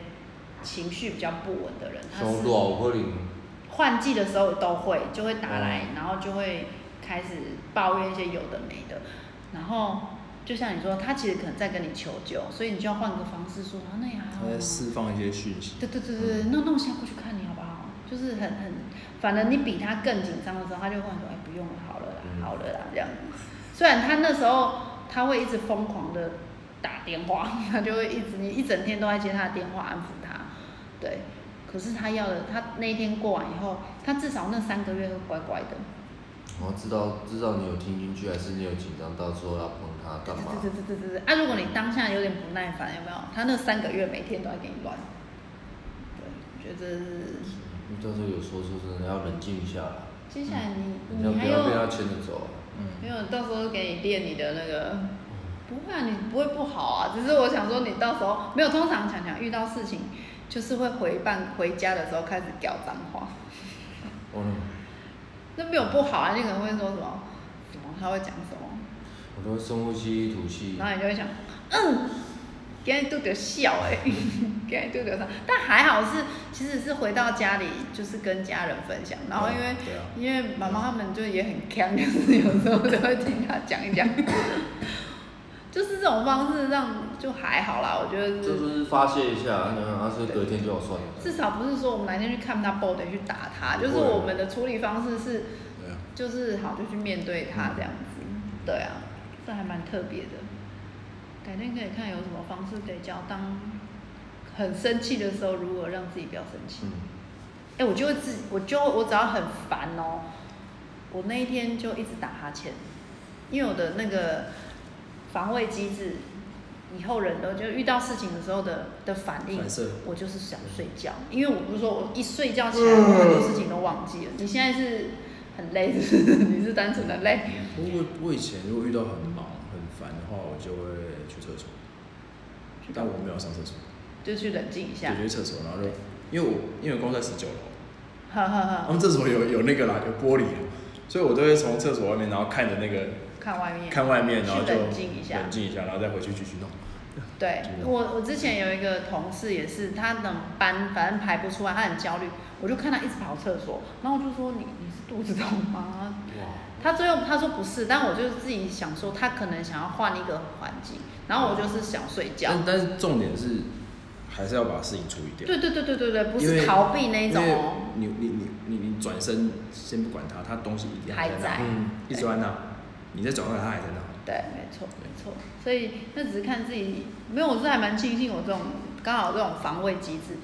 [SPEAKER 2] 情绪比较不稳的人，他
[SPEAKER 3] 像
[SPEAKER 2] 是
[SPEAKER 3] 多
[SPEAKER 4] 哦
[SPEAKER 3] 少可能
[SPEAKER 2] 换季的时候都会就会打来，然后就会开始抱怨一些有的没的，然后就像你说，他其实可能在跟你求救，所以你就要换个方式说，啊，那也还好
[SPEAKER 1] 他在
[SPEAKER 2] 吗。
[SPEAKER 1] 释放一些讯息，
[SPEAKER 2] 对对对对，那那我现在过去看你好不好？就是很很，反正你比他更紧张的时候，他就会说，哎，不用了，好了啦，
[SPEAKER 3] 嗯
[SPEAKER 2] 好了啦，这样子。虽然他那时候他会一直疯狂的 打电话，他就会一直你一整天都在接他的电话安抚他，对。可可是他要的，他那一天过完以后，他至少那三个月会乖乖的。
[SPEAKER 4] 我哦知道知道你有听进去，还是你有紧张到之后要碰它干嘛？
[SPEAKER 2] 对对对对对对。啊，如果你当下有点不耐烦，有没有？他那三个月每天都在给你乱。对，我觉得
[SPEAKER 4] 嗯
[SPEAKER 2] 是
[SPEAKER 4] 你到时候有说说真的要冷静一下啦，
[SPEAKER 2] 接下来
[SPEAKER 4] 你
[SPEAKER 2] 你
[SPEAKER 4] 要
[SPEAKER 2] 你还
[SPEAKER 4] 不要被他
[SPEAKER 2] 有
[SPEAKER 4] 牵着走啊？
[SPEAKER 1] 嗯
[SPEAKER 2] 没有？到时候给你练你的那个。不会啊，你不会不好啊，只是我想说你到时候没有。通常强强遇到事情，就是会回办回家的时候开始屌脏话。
[SPEAKER 4] 我呢，
[SPEAKER 2] 那没有不好啊，你可能会说什么什么，他会讲什么，
[SPEAKER 4] 我都会深呼吸吐气
[SPEAKER 2] 然，后你就会想，嗯，给你肚子笑哎、欸， 给你肚子上，但还好是其实是回到家里就是跟家人分享，然后因为、
[SPEAKER 4] 嗯对啊
[SPEAKER 2] 因为妈妈他们就也很强， 就是有时候都会听他讲一讲， 就是这种方式让就还好啦，我觉得。
[SPEAKER 4] 这就是是发泄一下，啊然后是隔天就要算了。
[SPEAKER 2] 至少不是说我们哪天去看他 b o 得去打他，就是
[SPEAKER 4] 不会
[SPEAKER 2] 我们的处理方式是
[SPEAKER 1] 对
[SPEAKER 4] 嗯
[SPEAKER 1] 啊，
[SPEAKER 2] 就是好就去面对它这样子，对啊，这还蛮特别的。改天可以看有什么方式可以教，当很生气的时候，如何让自己不要生气。
[SPEAKER 4] 嗯，
[SPEAKER 2] 哎、我就会自，我就我只要很烦哦，我那一天就一直打哈欠，因为我的那个防卫机制，以后人都就遇到事情的时候的的反应
[SPEAKER 1] 反射，
[SPEAKER 2] 我就是想睡觉，因为我不是说我一睡觉起来，
[SPEAKER 1] 嗯
[SPEAKER 2] 我很多事情都忘记了。你现在是很累， 是不是？你是单纯的累，
[SPEAKER 1] 我我以前如果遇到很忙很烦的话，我就会去厕所，但我没有上厕所，
[SPEAKER 2] 就去冷静一下
[SPEAKER 1] 就，去厕所，然后就因为我因为我公司在十九楼，
[SPEAKER 2] 哈哈
[SPEAKER 1] 他
[SPEAKER 2] 哈，
[SPEAKER 1] 们厕所有有那个啦，有玻璃啦，所以我都会从厕所外面，然后看着那个
[SPEAKER 2] 看外面，
[SPEAKER 1] 看外面，然后就
[SPEAKER 2] 哎去冷静一下
[SPEAKER 1] 冷静一下，然后再回去继续弄。
[SPEAKER 2] 对
[SPEAKER 1] 嗯
[SPEAKER 2] 我，我之前有一个同事也是，他能搬，反正排不出来，他很焦虑。我就看他一直跑厕所，然后我就说你你是肚子痛吗？
[SPEAKER 3] 哇，
[SPEAKER 2] 他最后他说不是，但我就自己想说他可能想要换一个环境，然后我就是想睡觉。
[SPEAKER 1] 但但是重点是，还是要把事情处理掉。
[SPEAKER 2] 对对对对对对，不
[SPEAKER 1] 因为
[SPEAKER 2] 是逃避那一种
[SPEAKER 1] 因为
[SPEAKER 2] 哦，
[SPEAKER 1] 你你你你你转身先不管他，他东西一定
[SPEAKER 2] 还
[SPEAKER 1] 在那，
[SPEAKER 2] 在
[SPEAKER 1] 嗯，一直在那，你再转过来他还在那。
[SPEAKER 2] 对，没错没错。所以那只是看自己，没有，我是还蛮庆幸我这种刚好这种防卫机制。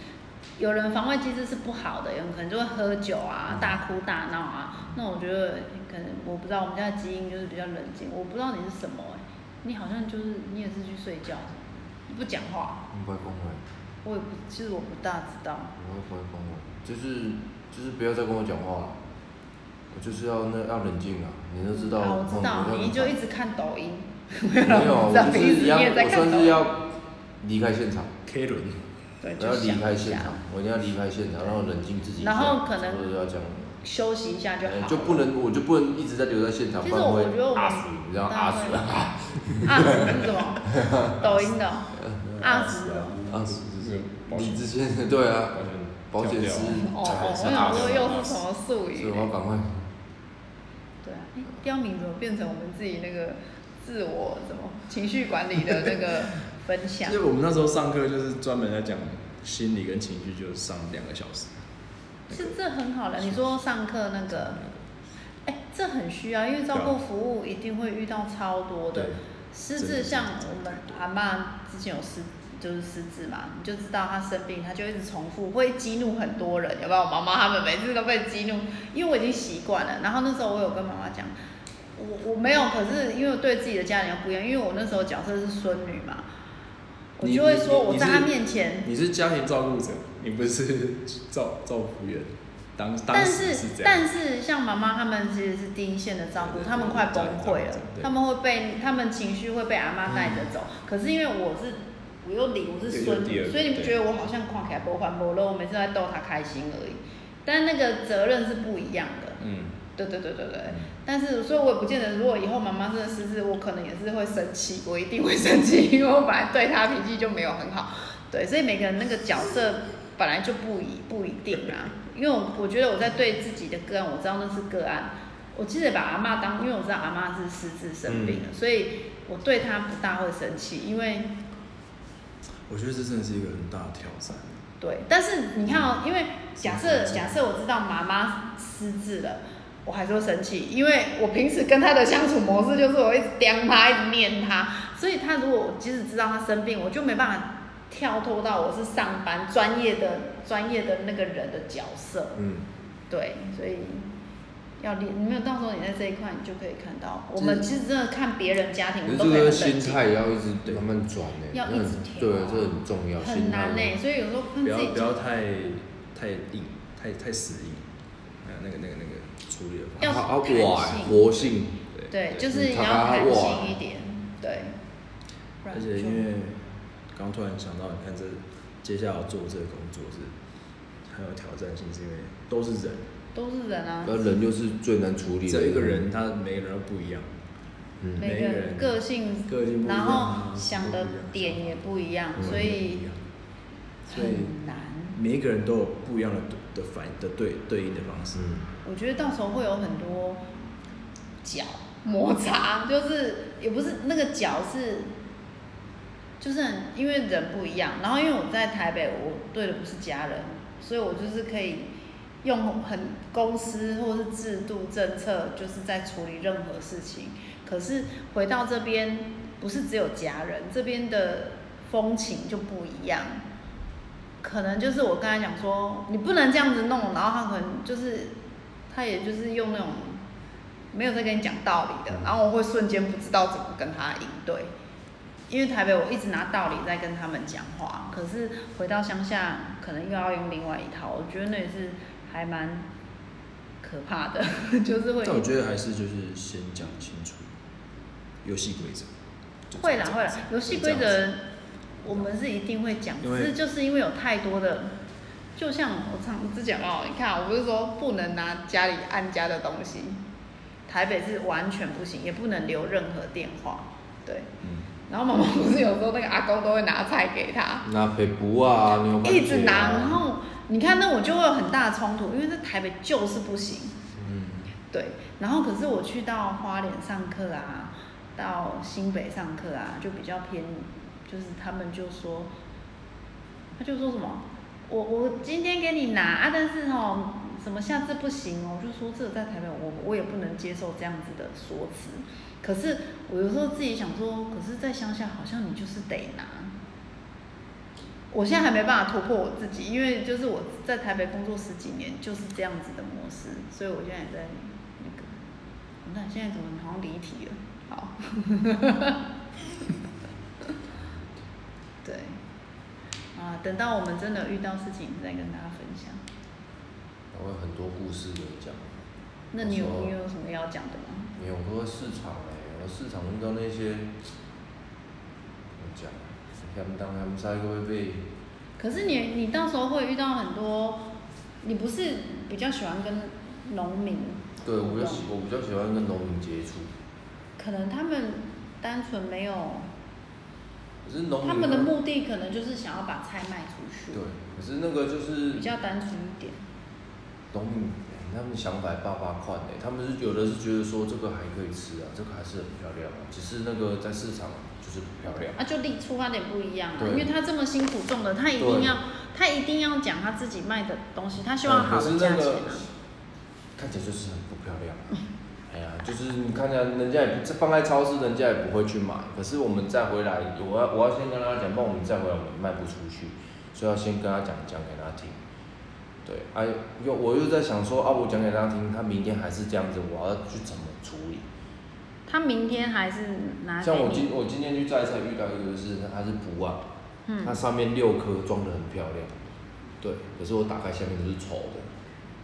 [SPEAKER 2] 有人防卫机制是不好的，有人可能就会喝酒
[SPEAKER 4] 嗯
[SPEAKER 2] 啊、大哭大闹啊。那我觉得可能我不知道，我们家的基因就是比较冷静。我不知道你是什么、欸，你好像就是你也是去睡觉，你不讲话。
[SPEAKER 4] 你不会恭维，
[SPEAKER 2] 我也不，其实我不大知道。
[SPEAKER 4] 我会不会恭维？就是就是不要再跟我讲话了，我就是要那要冷静啊！你都知道，
[SPEAKER 2] 啊，我知道，
[SPEAKER 4] 哦
[SPEAKER 2] 你
[SPEAKER 4] 你
[SPEAKER 2] 就
[SPEAKER 4] 在
[SPEAKER 2] 一直看抖音。
[SPEAKER 4] 干嘛没有，
[SPEAKER 2] 我
[SPEAKER 4] 我
[SPEAKER 2] 知道
[SPEAKER 4] 就
[SPEAKER 2] 你一
[SPEAKER 4] 是
[SPEAKER 2] 直
[SPEAKER 4] 要，
[SPEAKER 2] 你也在
[SPEAKER 4] 我
[SPEAKER 2] 看抖
[SPEAKER 4] 算
[SPEAKER 2] 音
[SPEAKER 4] 是要离开现场，
[SPEAKER 1] K 轮，
[SPEAKER 4] 我
[SPEAKER 2] 对，就
[SPEAKER 4] 要离
[SPEAKER 2] 想
[SPEAKER 4] 开
[SPEAKER 2] 一
[SPEAKER 4] 现
[SPEAKER 2] 下
[SPEAKER 4] 场，，我一定要离开现场，然后冷静自己一下。
[SPEAKER 2] 然后可能
[SPEAKER 4] 差不多就要这样。
[SPEAKER 2] 休息一下就好
[SPEAKER 4] 哎
[SPEAKER 2] 了。
[SPEAKER 4] 就不能，我就不能一直在留在现场，
[SPEAKER 2] 其
[SPEAKER 4] 不
[SPEAKER 2] 实
[SPEAKER 4] 然
[SPEAKER 2] 我
[SPEAKER 4] 会
[SPEAKER 2] 觉得我们
[SPEAKER 4] 阿死你，然后阿死
[SPEAKER 2] 大
[SPEAKER 4] 啊，
[SPEAKER 2] 啊，是什么？抖音的哦啊死了
[SPEAKER 4] 阿死就是
[SPEAKER 1] 保
[SPEAKER 4] 理
[SPEAKER 1] 险
[SPEAKER 4] 智先生，对啊，
[SPEAKER 1] 保
[SPEAKER 4] 保
[SPEAKER 1] 险
[SPEAKER 4] 险
[SPEAKER 1] 跳
[SPEAKER 4] 丝
[SPEAKER 1] 掉了
[SPEAKER 2] 哦，我想
[SPEAKER 4] 啊
[SPEAKER 2] 说又是什么术
[SPEAKER 4] 所以
[SPEAKER 2] 语
[SPEAKER 4] 我要
[SPEAKER 2] 嘞？
[SPEAKER 4] 赶快。
[SPEAKER 2] 对啊，哎刁民怎么变成我们自己那个自我怎么情绪管理的那个分享
[SPEAKER 1] 其？实我们那时候上课就是专门在讲心理跟情绪，就上两个小时。
[SPEAKER 2] 是这很好了，你说上课那个，哎，这很需要，因为照顾服务一定会遇到超多的
[SPEAKER 1] 对。
[SPEAKER 2] 失
[SPEAKER 1] 真
[SPEAKER 2] 智
[SPEAKER 1] 的
[SPEAKER 2] 像
[SPEAKER 1] 真的
[SPEAKER 2] 我们
[SPEAKER 1] 太多
[SPEAKER 2] 阿妈之前有失，就是失智嘛，你就知道她生病，她就一直重复，会激怒很多人，有没有？妈妈他们每次都被激怒，因为我已经习惯了。然后那时候我有跟妈妈讲，我我没有，可是因为我对自己的家人不一样，因为我那时候角色是孙女嘛，我
[SPEAKER 1] 你
[SPEAKER 2] 就会
[SPEAKER 1] 你
[SPEAKER 2] 说
[SPEAKER 1] 你
[SPEAKER 2] 我
[SPEAKER 1] 你
[SPEAKER 2] 在
[SPEAKER 1] 是
[SPEAKER 2] 她面前，
[SPEAKER 1] 你是家庭照顾者，你不是照 照服员。当当
[SPEAKER 2] 但
[SPEAKER 1] 时这样。
[SPEAKER 2] 但是像妈妈他们其实是第一线的照
[SPEAKER 1] 对
[SPEAKER 2] 顾，
[SPEAKER 1] 对
[SPEAKER 2] 他们快崩溃了
[SPEAKER 1] 对对，对嗯
[SPEAKER 2] 他们会被他们情绪会被阿妈带着走。可是因为我是我又理我是孙
[SPEAKER 1] 又又第二
[SPEAKER 2] 女，
[SPEAKER 1] 个
[SPEAKER 2] 所以你不觉得我好像看起来不欢不乐，我每次都在逗她开心而已。但那个责任是不一样的，
[SPEAKER 1] 嗯，
[SPEAKER 2] 对对对对对。但是所以我也不见得，如果以后妈妈真的失智，我可能也是会生气，我一定会生气，因为我本来对她脾气就没有很好。对，所以每个人那个角色本来就不一不一定啊，因为我我觉得我在对自己的个案，我知道那是个案，我记得把阿嬷当，因为我知道阿嬷是失智生病了，所以我对她不大会生气，因为
[SPEAKER 1] 我觉得这真的是一个很大的挑战。
[SPEAKER 2] 对，但是你看哦，因为假设假设我知道妈妈失智了，我还是会生气，因为我平时跟她的相处模式就是我一直刁她，一直念她，所以她如果我即使知道她生病，我就没办法跳脱到我是上班专业的专业的那个人的角色，
[SPEAKER 4] 嗯，
[SPEAKER 2] 对，所以要练，没有到时候你在这一块，你就可以看到，我
[SPEAKER 4] 是
[SPEAKER 2] 们其实真的看别人家庭，我
[SPEAKER 4] 可是这
[SPEAKER 2] 们都可以
[SPEAKER 4] 个
[SPEAKER 2] 很
[SPEAKER 4] 心
[SPEAKER 2] 冷静，
[SPEAKER 4] 态也要一直慢慢转呢，
[SPEAKER 2] 要
[SPEAKER 4] 那
[SPEAKER 2] 一直
[SPEAKER 4] 很
[SPEAKER 2] 调啊
[SPEAKER 4] 对，啊这很重要，
[SPEAKER 2] 很
[SPEAKER 4] 心态
[SPEAKER 2] 难呢、欸所以有时候
[SPEAKER 1] 不
[SPEAKER 2] 看嗯自
[SPEAKER 1] 要
[SPEAKER 2] 己
[SPEAKER 1] 不要太太硬，太太死硬，还有那个那个那个处理的方法。
[SPEAKER 2] 要
[SPEAKER 4] 好好
[SPEAKER 2] 弹
[SPEAKER 4] 活
[SPEAKER 2] 性
[SPEAKER 4] 活性，
[SPEAKER 2] 对，就是你
[SPEAKER 4] 你看
[SPEAKER 2] 要
[SPEAKER 4] 他
[SPEAKER 2] 弹
[SPEAKER 4] 哇
[SPEAKER 2] 性一点，对。不然
[SPEAKER 1] 而且
[SPEAKER 2] 就
[SPEAKER 1] 因为刚突然想到，你看这接下来要做这个工作是很有挑战性，是因为都是人，
[SPEAKER 2] 都是人啊，
[SPEAKER 4] 那人就是最难处理的，
[SPEAKER 1] 只有一个人，他每个人都不一样，
[SPEAKER 4] 嗯
[SPEAKER 2] 每个
[SPEAKER 1] 每个
[SPEAKER 2] 人
[SPEAKER 1] 人
[SPEAKER 2] 个性，
[SPEAKER 1] 个性不一样
[SPEAKER 2] 然后
[SPEAKER 1] 啊
[SPEAKER 2] 想的点也不一样，
[SPEAKER 4] 嗯
[SPEAKER 2] 所
[SPEAKER 1] 不一
[SPEAKER 2] 以
[SPEAKER 1] 样，所以
[SPEAKER 2] 很难。
[SPEAKER 1] 每一个人都有不一样的的反的对对应的方式。
[SPEAKER 4] 嗯，
[SPEAKER 2] 我觉得到时候会有很多角摩擦，就是也不是那个角是，就是很因为人不一样，然后因为我在台北，我对的不是家人，所以我就是可以用很公司或是制度政策，就是在处理任何事情。可是回到这边，不是只有家人，这边的风情就不一样。可能就是我刚才讲说，你不能这样子弄，然后他可能就是，他也就是用那种没有在跟你讲道理
[SPEAKER 1] 嗯
[SPEAKER 2] 的，然后我会瞬间不知道怎么跟他应对，因为台北我一直拿道理在跟他们讲话，可是回到乡下可能又要用另外一套，我觉得那也是还蛮可怕的， 就是会
[SPEAKER 1] 但我觉得还是就是先讲清楚游戏规则。就
[SPEAKER 2] 会啦
[SPEAKER 1] 这样
[SPEAKER 2] 会啦
[SPEAKER 1] 子，
[SPEAKER 2] 游戏规
[SPEAKER 1] 就这样
[SPEAKER 2] 则我们是一定会讲，
[SPEAKER 1] 因
[SPEAKER 2] 只
[SPEAKER 1] 为
[SPEAKER 2] 是就是因为有太多的，就像我常一直讲哦，你看我不是说不能拿家里按家的东西，台北是完全不行，也不能留任何电话，对。
[SPEAKER 1] 子嗯
[SPEAKER 2] 然后妈妈不是有时候那个阿公都会拿菜给他，
[SPEAKER 4] 那北部啊，牛
[SPEAKER 2] 一直拿，然
[SPEAKER 4] 啊，
[SPEAKER 2] 后你看那我就会有很大的冲突，因为在台北就是不行。
[SPEAKER 4] 嗯，
[SPEAKER 2] 对，然后可是我去到花莲上课啊，到新北上课啊，就比较偏，就是他们就说，他就说什么，我我今天给你拿啊，但是哦，什么下次不行哦，我就说这个在台北我我也不能接受这样子的说辞，可是我有时候自己想说，可是在乡下好像你就是得拿。我现在还没办
[SPEAKER 3] 嗯
[SPEAKER 2] 法突破我自己，因为就是我在台北工作十几年，就是这样子的模式，所以我现在也在那个。哦那现在怎么好像离题了？好。 对。啊，等到我们真的遇到事情再跟大家分享。
[SPEAKER 3] 我有很多故事可以讲。
[SPEAKER 2] 那你有
[SPEAKER 3] 我说
[SPEAKER 2] 你有什么要讲的吗？
[SPEAKER 3] 没有，我说市场哎、我市场遇到那些，怎么讲，他们当他们下一个会被，
[SPEAKER 2] 可是你你到时候会遇到很多，你不是比较喜欢跟农民？
[SPEAKER 3] 对我比较喜，我比较喜欢跟农民接触，
[SPEAKER 2] 可能他们单纯没有，
[SPEAKER 3] 可是农民
[SPEAKER 2] 他们的目的可能就是想要把菜卖出去，
[SPEAKER 3] 对，可是那个就是
[SPEAKER 2] 比较单纯一点。
[SPEAKER 3] 农民、哎他们想法也爸爸宽哎、他们是有的是觉得说这个还可以吃啊，这个还是很漂亮啊，只是那个在市场就是不漂亮，
[SPEAKER 2] 啊，就立出发点不一样啊，
[SPEAKER 3] 对
[SPEAKER 2] 因为他这么辛苦种的，他一定
[SPEAKER 3] 对
[SPEAKER 2] 要他一定要讲他自己卖的东西，他希望好
[SPEAKER 3] 嗯可是
[SPEAKER 2] 的价
[SPEAKER 3] 那
[SPEAKER 2] 钱
[SPEAKER 3] 个
[SPEAKER 2] 啊。
[SPEAKER 3] 看起来就是很不漂亮、啊。哎呀，就是你看起来人家也不放在超市，人家也不会去买。可是我们再回来，我要我要先跟他讲，不然我们再回来我们卖不出去，所以要先跟他讲，讲给他听。对，哎、又我又在想说啊，我讲给他听，他明天还是这样子，我要去怎么处理？
[SPEAKER 2] 他明天还是拿给
[SPEAKER 3] 像我今
[SPEAKER 2] 你，
[SPEAKER 3] 我今天去摘菜遇到一个就是它是不啊，
[SPEAKER 2] 嗯
[SPEAKER 3] 它上面六颗装的很漂亮，对，可是我打开下面都是丑的，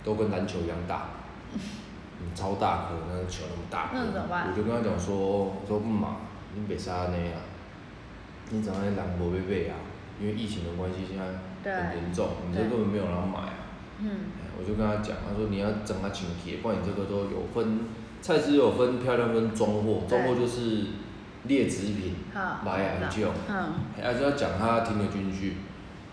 [SPEAKER 3] 都跟篮球一样 大，嗯，超大颗，那个球那么大颗
[SPEAKER 2] 那怎么办
[SPEAKER 3] 我就跟他讲说，我说不嘛，你别杀那样，你怎样人无要买啊？因为疫情的关系，现
[SPEAKER 2] 对
[SPEAKER 3] 在很严重，你这
[SPEAKER 2] 对
[SPEAKER 3] 根本没有人要买啊。
[SPEAKER 2] 嗯，
[SPEAKER 3] 我就跟他讲，他说你要整个请帖，不然你这个都有分，菜市有分漂亮跟中货，
[SPEAKER 2] 对
[SPEAKER 3] 中货就是劣质品，
[SPEAKER 2] 好，
[SPEAKER 3] 来呀
[SPEAKER 2] 我
[SPEAKER 3] 很
[SPEAKER 2] 知道
[SPEAKER 3] 久，
[SPEAKER 2] 嗯，
[SPEAKER 3] 哎还是要讲他听得进去。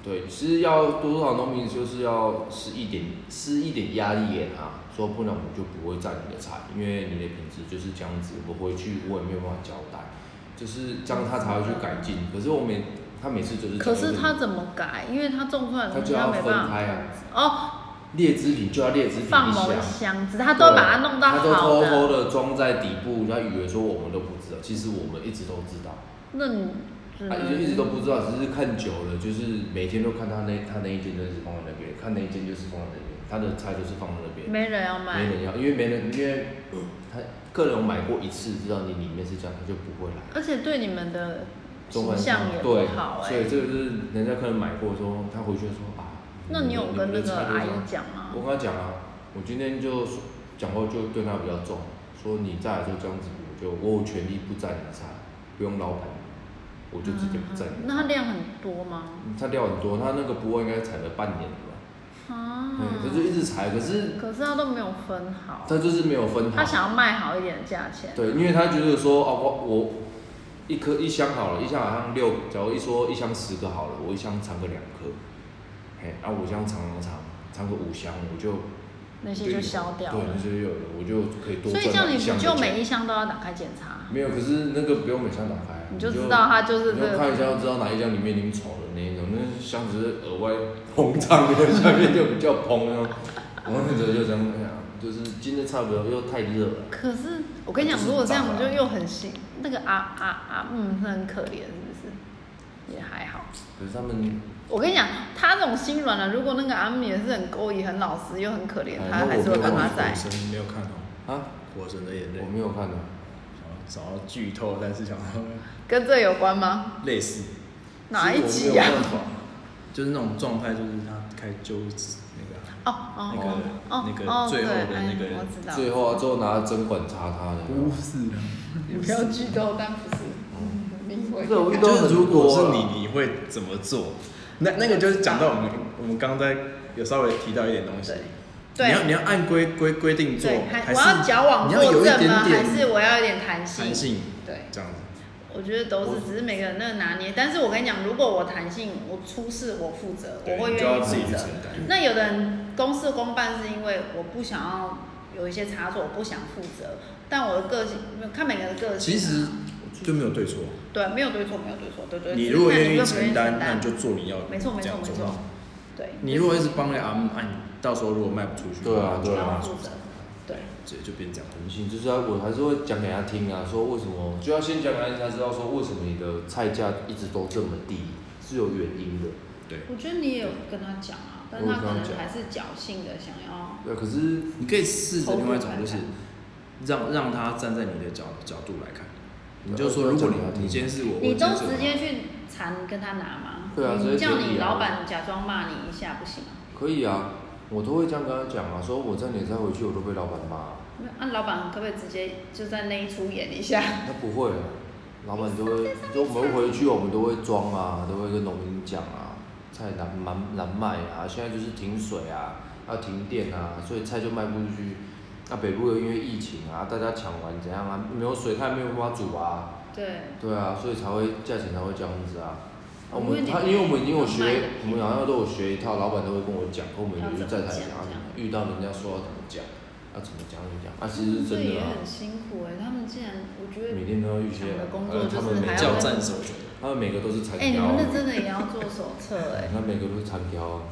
[SPEAKER 3] 对，其实要多少农民就是要施一点施一点压力给他，说不然我就不会占你的菜，因为你的品质就是这样子，我回去我也没有办法交代，就是这样他才会去改进。可是我每他每次就是讲
[SPEAKER 2] 可
[SPEAKER 3] 一
[SPEAKER 2] 是
[SPEAKER 3] 个
[SPEAKER 2] 他怎么改？因为他种出来的
[SPEAKER 3] 他
[SPEAKER 2] 东西
[SPEAKER 3] 就要
[SPEAKER 2] 没
[SPEAKER 3] 分
[SPEAKER 2] 办法
[SPEAKER 3] 开啊，
[SPEAKER 2] 哦，
[SPEAKER 3] 劣质品就要劣质品
[SPEAKER 2] 放
[SPEAKER 3] 一
[SPEAKER 2] 某
[SPEAKER 3] 箱
[SPEAKER 2] 个。箱子，他都把它弄到
[SPEAKER 3] 他都
[SPEAKER 2] 好
[SPEAKER 3] 偷偷
[SPEAKER 2] 的。
[SPEAKER 3] 的装在底部，他以为说我们都不知道，其实我们一直都知道。
[SPEAKER 2] 那你只
[SPEAKER 3] 他
[SPEAKER 2] 能
[SPEAKER 3] 就一直都不知道，只是看久了，就是每天都看他那他那一间就是放在那边，看那一间就是放在那边，他的菜就是放在那边，
[SPEAKER 2] 没人要买
[SPEAKER 3] 没，人要，因为没人，因为呃他客人有买过一次，知道你里面是这样，他就不会来。
[SPEAKER 2] 而且对你们的
[SPEAKER 3] 中
[SPEAKER 2] 形
[SPEAKER 3] 文
[SPEAKER 2] 象也
[SPEAKER 3] 对
[SPEAKER 2] 不好，哎、
[SPEAKER 3] 所以这个就是人家客人买过之后，他回去就说啊，
[SPEAKER 2] 那你有跟那
[SPEAKER 3] 们的
[SPEAKER 2] 个
[SPEAKER 3] 菜就
[SPEAKER 2] 阿
[SPEAKER 3] 这
[SPEAKER 2] 姨
[SPEAKER 3] 样
[SPEAKER 2] 讲吗
[SPEAKER 3] 我？跟他讲啊，我今天就说讲话就对他比较重，说你再来就这样子，我就我有权利不蘸你的菜，不用老板，我就直接不蘸你的
[SPEAKER 2] 嗯那它
[SPEAKER 3] 菜。
[SPEAKER 2] 量很多吗？
[SPEAKER 3] 他料很多，他那个波应该踩了半年了吧？
[SPEAKER 2] 啊，
[SPEAKER 3] 嗯，他就一直踩，可是
[SPEAKER 2] 可是他都没有分好，
[SPEAKER 3] 他就是没有分
[SPEAKER 2] 他
[SPEAKER 3] 好。
[SPEAKER 2] 想要卖好一点的价钱，
[SPEAKER 3] 对，因为他觉得说哦，我我一颗一箱好了，一箱好像六，假如一说一箱十个好了，我一箱尝个两颗，哎，啊，我这样尝尝尝，尝个五箱，我就
[SPEAKER 2] 那些就消掉
[SPEAKER 3] 对，
[SPEAKER 2] 了
[SPEAKER 3] 那。些有了，我就可以
[SPEAKER 2] 所
[SPEAKER 3] 多赚
[SPEAKER 2] 以这样
[SPEAKER 3] 到
[SPEAKER 2] 你
[SPEAKER 3] 一箱
[SPEAKER 2] 不
[SPEAKER 3] 的
[SPEAKER 2] 就
[SPEAKER 3] 钱
[SPEAKER 2] 每一箱都要打开检查，
[SPEAKER 3] 没有，可是那个不用每箱打开啊，
[SPEAKER 2] 你就知道它就是
[SPEAKER 3] 你
[SPEAKER 2] 这
[SPEAKER 3] 就
[SPEAKER 2] 个。
[SPEAKER 3] 看一下就知道哪一箱里面已经丑了那一种，那箱子是额外膨胀的，下面就比较膨那种，然后那个就这样哎呀，就是今天差不多又太热了，
[SPEAKER 2] 可是我跟你讲，
[SPEAKER 3] 就是
[SPEAKER 2] 如果这样，
[SPEAKER 3] 大
[SPEAKER 2] 我
[SPEAKER 3] 啊
[SPEAKER 2] 就又很心那个啊啊啊，嗯，很可怜，是不是？也还好。
[SPEAKER 3] 可是他们
[SPEAKER 2] 我跟你讲，他这种心软了，如果那个阿姆也是很勾引、很老实又很可怜，
[SPEAKER 1] 哦
[SPEAKER 3] 哎
[SPEAKER 2] 他
[SPEAKER 3] 那
[SPEAKER 2] 还
[SPEAKER 3] 我
[SPEAKER 2] 是会
[SPEAKER 3] 没
[SPEAKER 2] 跟
[SPEAKER 3] 有
[SPEAKER 2] 他
[SPEAKER 3] 办法
[SPEAKER 2] 在
[SPEAKER 1] 火。神没有看哦，
[SPEAKER 3] 啊，
[SPEAKER 1] 火神的眼泪
[SPEAKER 3] 我，没有看啊到，
[SPEAKER 1] 想要想要剧透，但是想要
[SPEAKER 2] 跟这有关吗？
[SPEAKER 1] 类似，
[SPEAKER 2] 哪一
[SPEAKER 3] 其实
[SPEAKER 2] 集啊呀、
[SPEAKER 3] 我没有办法，
[SPEAKER 1] 就是那种状态，就是他开纠子那个啊。
[SPEAKER 2] 哦
[SPEAKER 1] 那
[SPEAKER 2] 哦
[SPEAKER 1] 个
[SPEAKER 2] 哦
[SPEAKER 1] 那个，
[SPEAKER 2] 哦对，
[SPEAKER 1] 最后的
[SPEAKER 2] 哎
[SPEAKER 1] 那
[SPEAKER 2] 我
[SPEAKER 1] 个，
[SPEAKER 2] 知道。
[SPEAKER 3] 最后啊，最后拿针管插他的，
[SPEAKER 1] 是啊，
[SPEAKER 2] 你不要剧透，但不是，
[SPEAKER 1] 嗯
[SPEAKER 2] 明慧。
[SPEAKER 3] 这种运动
[SPEAKER 1] 就是
[SPEAKER 3] 很
[SPEAKER 1] 如
[SPEAKER 3] 多
[SPEAKER 1] 果
[SPEAKER 3] 啊
[SPEAKER 1] 是你，你会怎么做？那那个就是讲到我们我们刚才有稍微提到一点东西
[SPEAKER 2] 对，
[SPEAKER 1] 你要你
[SPEAKER 2] 对
[SPEAKER 1] 要按规规规定做
[SPEAKER 2] 对，，还
[SPEAKER 1] 还
[SPEAKER 2] 我
[SPEAKER 1] 是
[SPEAKER 2] 要矫枉
[SPEAKER 1] 嗯你要有
[SPEAKER 2] 过
[SPEAKER 1] 一
[SPEAKER 2] 正吗？
[SPEAKER 1] 点
[SPEAKER 2] 还
[SPEAKER 1] 点
[SPEAKER 2] 是我要有点弹性？
[SPEAKER 1] 弹性
[SPEAKER 2] 对，
[SPEAKER 1] 这样子？
[SPEAKER 2] 我觉得都是，只是每个人那个拿捏。但是我跟你讲，如果我弹性，我出事我负责，
[SPEAKER 1] 对
[SPEAKER 2] 我会
[SPEAKER 1] 你就
[SPEAKER 2] 愿
[SPEAKER 1] 要
[SPEAKER 2] 意
[SPEAKER 1] 自己
[SPEAKER 2] 负
[SPEAKER 1] 去
[SPEAKER 2] 责
[SPEAKER 1] 承。担。
[SPEAKER 2] 那有的人公事公办是因为我不想要有一些差错，我不想负责。但我的个性，没有看每个人的个性啊、
[SPEAKER 1] 其实就没有对错，
[SPEAKER 2] 对，没有对错，没有对错，对对。
[SPEAKER 1] 你
[SPEAKER 2] 只是
[SPEAKER 1] 如果
[SPEAKER 2] 看
[SPEAKER 1] 愿
[SPEAKER 2] 愿
[SPEAKER 1] 意
[SPEAKER 2] 不
[SPEAKER 1] 承
[SPEAKER 2] 担
[SPEAKER 1] 担，，那你就做你要
[SPEAKER 2] 没错没
[SPEAKER 1] 这
[SPEAKER 2] 错
[SPEAKER 1] 样
[SPEAKER 2] 没
[SPEAKER 1] 做
[SPEAKER 2] 错。对，
[SPEAKER 1] 你如果一直帮了 M，那你到时候如果卖不出去，
[SPEAKER 3] 对啊
[SPEAKER 2] 就
[SPEAKER 3] 对
[SPEAKER 2] 让
[SPEAKER 3] 啊
[SPEAKER 2] 我负责。对，
[SPEAKER 1] 就就变这样。
[SPEAKER 3] 不行，就是要我还是会讲给他听啊，说为什么就要先讲给他听才知道说为什么你的菜价一直都这么低，是有原因的。
[SPEAKER 1] 对，
[SPEAKER 2] 我觉得你也有跟他讲啊，但是
[SPEAKER 3] 我
[SPEAKER 2] 他
[SPEAKER 3] 有
[SPEAKER 2] 可
[SPEAKER 3] 跟他
[SPEAKER 2] 能
[SPEAKER 3] 讲
[SPEAKER 2] 还是侥幸的想要。
[SPEAKER 3] 对，可是
[SPEAKER 1] 你可以试着另外一种，就是
[SPEAKER 2] 偷偷
[SPEAKER 1] 让让他站在你的角角度来看。你
[SPEAKER 3] 对
[SPEAKER 1] 就说，
[SPEAKER 3] 我
[SPEAKER 1] 如
[SPEAKER 3] 知道
[SPEAKER 1] 果
[SPEAKER 3] 呃讲
[SPEAKER 1] 你
[SPEAKER 3] 给他听
[SPEAKER 1] 你今天是我，
[SPEAKER 2] 你
[SPEAKER 1] 我
[SPEAKER 2] 都
[SPEAKER 1] 今天是我
[SPEAKER 2] 直接去缠跟他拿吗？
[SPEAKER 3] 对啊直
[SPEAKER 2] 你
[SPEAKER 3] 接
[SPEAKER 2] 叫
[SPEAKER 3] 决
[SPEAKER 2] 你
[SPEAKER 3] 议啊
[SPEAKER 2] 老板假装骂你一下不行啊？
[SPEAKER 3] 可以啊，我都会这样跟他讲啊，说我这样你再回去我都被老板骂，
[SPEAKER 2] 那那老板可不可以直接就在那一出演一下？
[SPEAKER 3] 他不会啊，老板就会就我们回去我们都会装啊，都会跟农民讲啊，菜难难难卖啊，现在就是停水啊，要停电啊，所以菜就卖不出去。那、北部又因为疫情啊，大家抢完怎样啊？没有水，他也没有办法煮啊。
[SPEAKER 2] 对，
[SPEAKER 3] 对啊，所以才会价钱才会这样子啊。啊我
[SPEAKER 2] 哦因为
[SPEAKER 3] 们
[SPEAKER 2] 你
[SPEAKER 3] 他因为我们已经
[SPEAKER 2] 卖
[SPEAKER 3] 有
[SPEAKER 2] 的
[SPEAKER 3] 学，我们好像都有学一套，老板都会跟我讲，跟我们
[SPEAKER 2] 要
[SPEAKER 3] 有
[SPEAKER 2] 怎么
[SPEAKER 3] 去在台
[SPEAKER 2] 讲
[SPEAKER 3] 讲啊
[SPEAKER 2] 这样，
[SPEAKER 3] 遇到人家说要怎么讲，要怎么讲怎么讲，啊，
[SPEAKER 2] 他
[SPEAKER 3] 其
[SPEAKER 2] 们
[SPEAKER 3] 实是
[SPEAKER 2] 这
[SPEAKER 3] 真
[SPEAKER 2] 也
[SPEAKER 3] 的啊，
[SPEAKER 2] 很辛苦哎、他们竟然我觉得
[SPEAKER 3] 每，天都要遇
[SPEAKER 2] 他
[SPEAKER 3] 些
[SPEAKER 2] 们的
[SPEAKER 3] 啊，
[SPEAKER 2] 工作
[SPEAKER 3] 还
[SPEAKER 2] 就
[SPEAKER 3] 有他
[SPEAKER 2] 是
[SPEAKER 3] 们每
[SPEAKER 2] 还要
[SPEAKER 1] 叫战手拳，
[SPEAKER 3] 他们每个都是残
[SPEAKER 2] 哎、你
[SPEAKER 3] 雕
[SPEAKER 2] 们那
[SPEAKER 3] 啊，
[SPEAKER 2] 真的也要做手册哎、
[SPEAKER 3] 他每个都是残雕啊，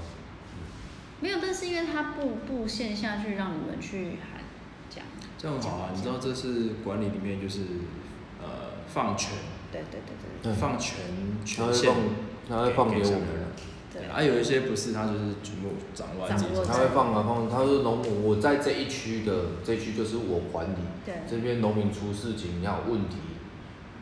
[SPEAKER 2] 没有，但是因为他步步线下去，让你们去喊讲，
[SPEAKER 1] 这样好啊。你知道这是管理里面就是呃放权，
[SPEAKER 2] 对对对对
[SPEAKER 3] 对
[SPEAKER 1] 放权
[SPEAKER 3] 他
[SPEAKER 1] 权
[SPEAKER 3] 会
[SPEAKER 1] 限
[SPEAKER 3] 放，他会放给我们啊，
[SPEAKER 2] 对
[SPEAKER 1] 对，还有一些不是，他就是全部掌握在自己
[SPEAKER 2] 掌握
[SPEAKER 1] 手
[SPEAKER 3] 他
[SPEAKER 1] 上。
[SPEAKER 3] 会放啊放，他是农，我在这一区的这一区就是我管理，
[SPEAKER 2] 对
[SPEAKER 3] 这边农民出事情，你要有问题，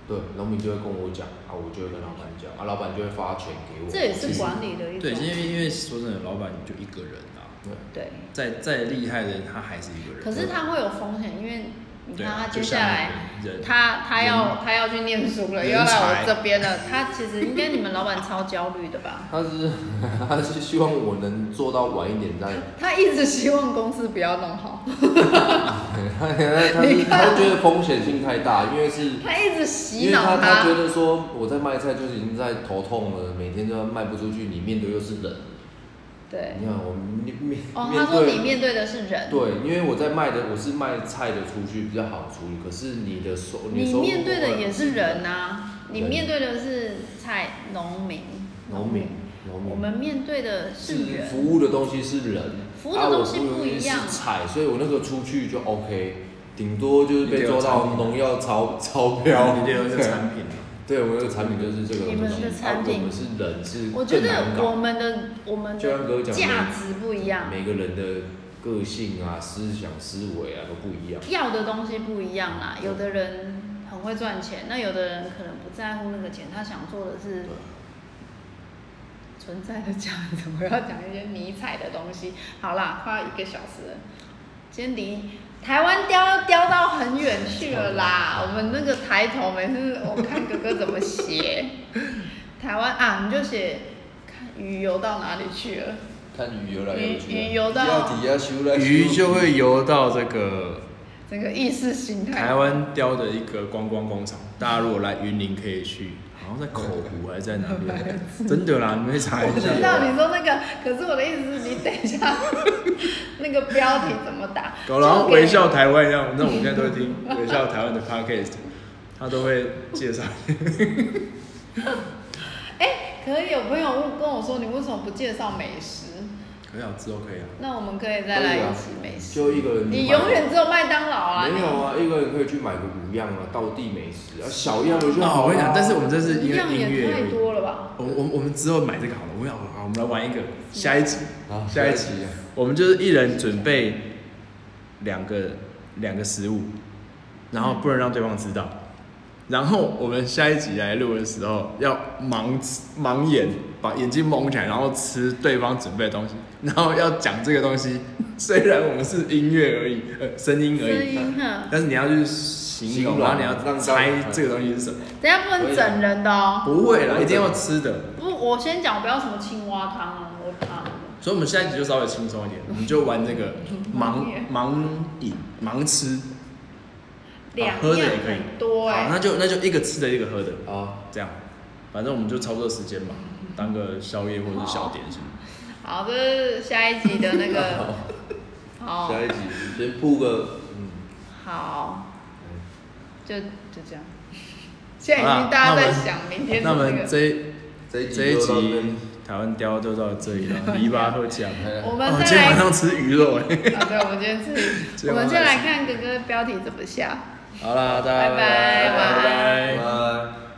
[SPEAKER 3] 对，农民就会跟我讲，啊，我就会跟老板讲，啊，老板就会发钱给我。
[SPEAKER 2] 这也是管理的一
[SPEAKER 1] 对，因
[SPEAKER 2] 种。
[SPEAKER 1] 为因为说真的，老板就一个人啊，
[SPEAKER 3] 对，
[SPEAKER 2] 对，
[SPEAKER 1] 再再厉害的人他还是一个人。
[SPEAKER 2] 可是他会有风险，因为你
[SPEAKER 1] 对
[SPEAKER 2] 看
[SPEAKER 1] 啊
[SPEAKER 2] 他接
[SPEAKER 1] 就
[SPEAKER 2] 下
[SPEAKER 1] 像
[SPEAKER 2] 来。
[SPEAKER 1] 人
[SPEAKER 2] 他他要他要去念书了，
[SPEAKER 1] 人
[SPEAKER 2] 又要来
[SPEAKER 1] 才
[SPEAKER 2] 我这边了。他其实应该你们老板超焦虑的吧？
[SPEAKER 3] 他是 他是希望我能做到晚一点再，
[SPEAKER 2] 他一直希望公司不要弄好，
[SPEAKER 3] 他他 是他觉得风险性太大，因为是。
[SPEAKER 2] 他一直
[SPEAKER 3] 因
[SPEAKER 2] 洗
[SPEAKER 3] 为
[SPEAKER 2] 脑
[SPEAKER 3] 他他觉得说我在卖菜就是已经在头痛了，每天都要卖不出去，你面对又是人，
[SPEAKER 2] 对，
[SPEAKER 3] 你看我面面
[SPEAKER 2] 哦，
[SPEAKER 3] 面
[SPEAKER 2] 他说
[SPEAKER 3] 对
[SPEAKER 2] 你面对的是人，
[SPEAKER 3] 对，因为我在卖的我是卖菜的出去比较好处理，可是你的收的
[SPEAKER 2] 你
[SPEAKER 3] 收入
[SPEAKER 2] 面对的
[SPEAKER 3] 会
[SPEAKER 2] 也是人啊，你
[SPEAKER 3] 人
[SPEAKER 2] 面对的是菜农民，
[SPEAKER 3] 农民，农民
[SPEAKER 2] 我们面对的是
[SPEAKER 3] 是
[SPEAKER 2] 人，
[SPEAKER 3] 服务的东西是人，
[SPEAKER 2] 服务的
[SPEAKER 3] 啊我
[SPEAKER 2] 东西
[SPEAKER 3] 服务的
[SPEAKER 2] 不
[SPEAKER 3] 东
[SPEAKER 2] 一
[SPEAKER 3] 西是
[SPEAKER 2] 样
[SPEAKER 3] 菜，所以我那个出去就 OK，顶多就是被抓到农药超超标
[SPEAKER 1] 你，得有一个产品啊，
[SPEAKER 3] 对我们有个产品就是这个
[SPEAKER 2] 你
[SPEAKER 3] 东
[SPEAKER 2] 们
[SPEAKER 3] 西，
[SPEAKER 2] 的产
[SPEAKER 3] 啊
[SPEAKER 2] 品
[SPEAKER 3] 我们是人是
[SPEAKER 2] 我觉
[SPEAKER 3] 更难
[SPEAKER 2] 得
[SPEAKER 3] 搞
[SPEAKER 2] 我们的我们
[SPEAKER 3] 就像哥
[SPEAKER 2] 的
[SPEAKER 3] 讲的
[SPEAKER 2] 价值不一样，
[SPEAKER 3] 每个人的个性啊、思想、思维啊都不一样。
[SPEAKER 2] 要的东西不一样啦。有的人很会赚钱，那有的人可能不在乎那个钱，他想做的是存在的价值。我要讲一些迷彩的东西。好啦，快要一个小时了，今天离台湾雕雕到很远去了啦。我们那个抬头，每次我看哥哥怎么写，台湾啊，你就写看鱼游到哪里去了。
[SPEAKER 3] 看鱼游来游去啊，
[SPEAKER 2] 鱼鱼游到
[SPEAKER 3] 要底要修来修
[SPEAKER 1] 鱼就会游到这个
[SPEAKER 2] 整个意识形态。
[SPEAKER 1] 台湾雕的一个观光工厂，大家如果来云林可以去，好像在口湖还是在哪 边？真的啦，你们去查
[SPEAKER 2] 我
[SPEAKER 1] 一下。
[SPEAKER 2] 知道你说那个，可是我的意思是你等一下， 那个标题怎么打？
[SPEAKER 1] 搞然后
[SPEAKER 2] 就给
[SPEAKER 1] 微笑台湾一样，那我们现在都会听 微笑台湾的 podcast，他都会介绍。
[SPEAKER 2] 哎、可以有朋友问跟我说，你为什么不介绍美食？
[SPEAKER 1] 可以啊，之后可以啊。
[SPEAKER 2] 那我们可以再来
[SPEAKER 1] 啊
[SPEAKER 2] 一期美食。
[SPEAKER 3] 啊就一个人
[SPEAKER 2] 你
[SPEAKER 3] 买
[SPEAKER 2] 永远只有麦当劳啊！
[SPEAKER 3] 没
[SPEAKER 2] 你
[SPEAKER 3] 有啊，一个人可以去买个五样啊，道地美食啊，小样的就
[SPEAKER 1] 那
[SPEAKER 3] 好
[SPEAKER 1] 我跟你讲，但是我
[SPEAKER 3] 我
[SPEAKER 1] 们这是
[SPEAKER 2] 一
[SPEAKER 1] 因为
[SPEAKER 2] 样
[SPEAKER 1] 音
[SPEAKER 2] 啊也
[SPEAKER 1] 乐
[SPEAKER 2] 太
[SPEAKER 1] 而已。
[SPEAKER 2] 多了吧？
[SPEAKER 1] 我我我们之后买这个好了，我想好，我们来玩一个下一集
[SPEAKER 2] 嗯
[SPEAKER 3] 好，
[SPEAKER 1] 下一集
[SPEAKER 3] 下一集啊
[SPEAKER 1] 我们就是一人准备两个两个食物，然后不能让对方知道。然后我们下一集来录的时候，要盲吃盲眼，把眼睛蒙起来，然后吃对方准备的东西，然后要讲这个东西。虽然我们是音乐而已，呃，声音而
[SPEAKER 2] 声
[SPEAKER 1] 已，
[SPEAKER 2] 音哈，
[SPEAKER 1] 但是你要去形容，
[SPEAKER 3] 形容
[SPEAKER 1] 然后你
[SPEAKER 3] 让
[SPEAKER 1] 要
[SPEAKER 3] 大家
[SPEAKER 1] 猜这个东西是什么。
[SPEAKER 2] 等一下不能整人的哦。
[SPEAKER 1] 不会啦，一定要吃的。
[SPEAKER 2] 不，我先讲，不要什么青蛙汤啊，我怕。
[SPEAKER 1] 所以，我们下一集就稍微轻松一
[SPEAKER 2] 嗯
[SPEAKER 1] 点，我们就玩这个盲盲饮、盲吃，
[SPEAKER 2] 两
[SPEAKER 1] 喝的
[SPEAKER 2] 样
[SPEAKER 1] 也可以
[SPEAKER 2] 很多
[SPEAKER 1] 好，
[SPEAKER 2] 哎、
[SPEAKER 1] 那就那就一个吃的，一个喝的，
[SPEAKER 3] 啊，
[SPEAKER 1] 这样，反正我们就差不多时间嘛，当个宵夜或者是小点心。
[SPEAKER 2] 好，这是下一集的 那个。
[SPEAKER 1] 哦
[SPEAKER 2] 好
[SPEAKER 3] 下一集先铺个嗯，
[SPEAKER 2] 好，就就这样。现在
[SPEAKER 1] 好
[SPEAKER 2] 已
[SPEAKER 1] 啦
[SPEAKER 2] 经大家在
[SPEAKER 1] 那我们
[SPEAKER 2] 想明天的
[SPEAKER 1] 那我
[SPEAKER 2] 那
[SPEAKER 1] 们
[SPEAKER 2] 个，
[SPEAKER 1] 这一
[SPEAKER 3] 哎这一
[SPEAKER 1] 这一
[SPEAKER 3] 就到这
[SPEAKER 1] 集
[SPEAKER 3] 边
[SPEAKER 1] 台湾雕就到这里 了，篱笆喝酱。
[SPEAKER 2] 我
[SPEAKER 1] 哦，
[SPEAKER 2] 们
[SPEAKER 1] 今天
[SPEAKER 2] 再
[SPEAKER 1] 晚
[SPEAKER 2] 来，
[SPEAKER 1] 上吃鱼肉哎。
[SPEAKER 2] 啊，对，我们今天自己，
[SPEAKER 1] 今
[SPEAKER 2] 我
[SPEAKER 1] 晚上
[SPEAKER 2] 们再来看哥哥标题怎么下。
[SPEAKER 1] 好啦，大家
[SPEAKER 2] 拜拜
[SPEAKER 1] 拜
[SPEAKER 2] 晚安
[SPEAKER 1] 拜
[SPEAKER 3] 拜。拜。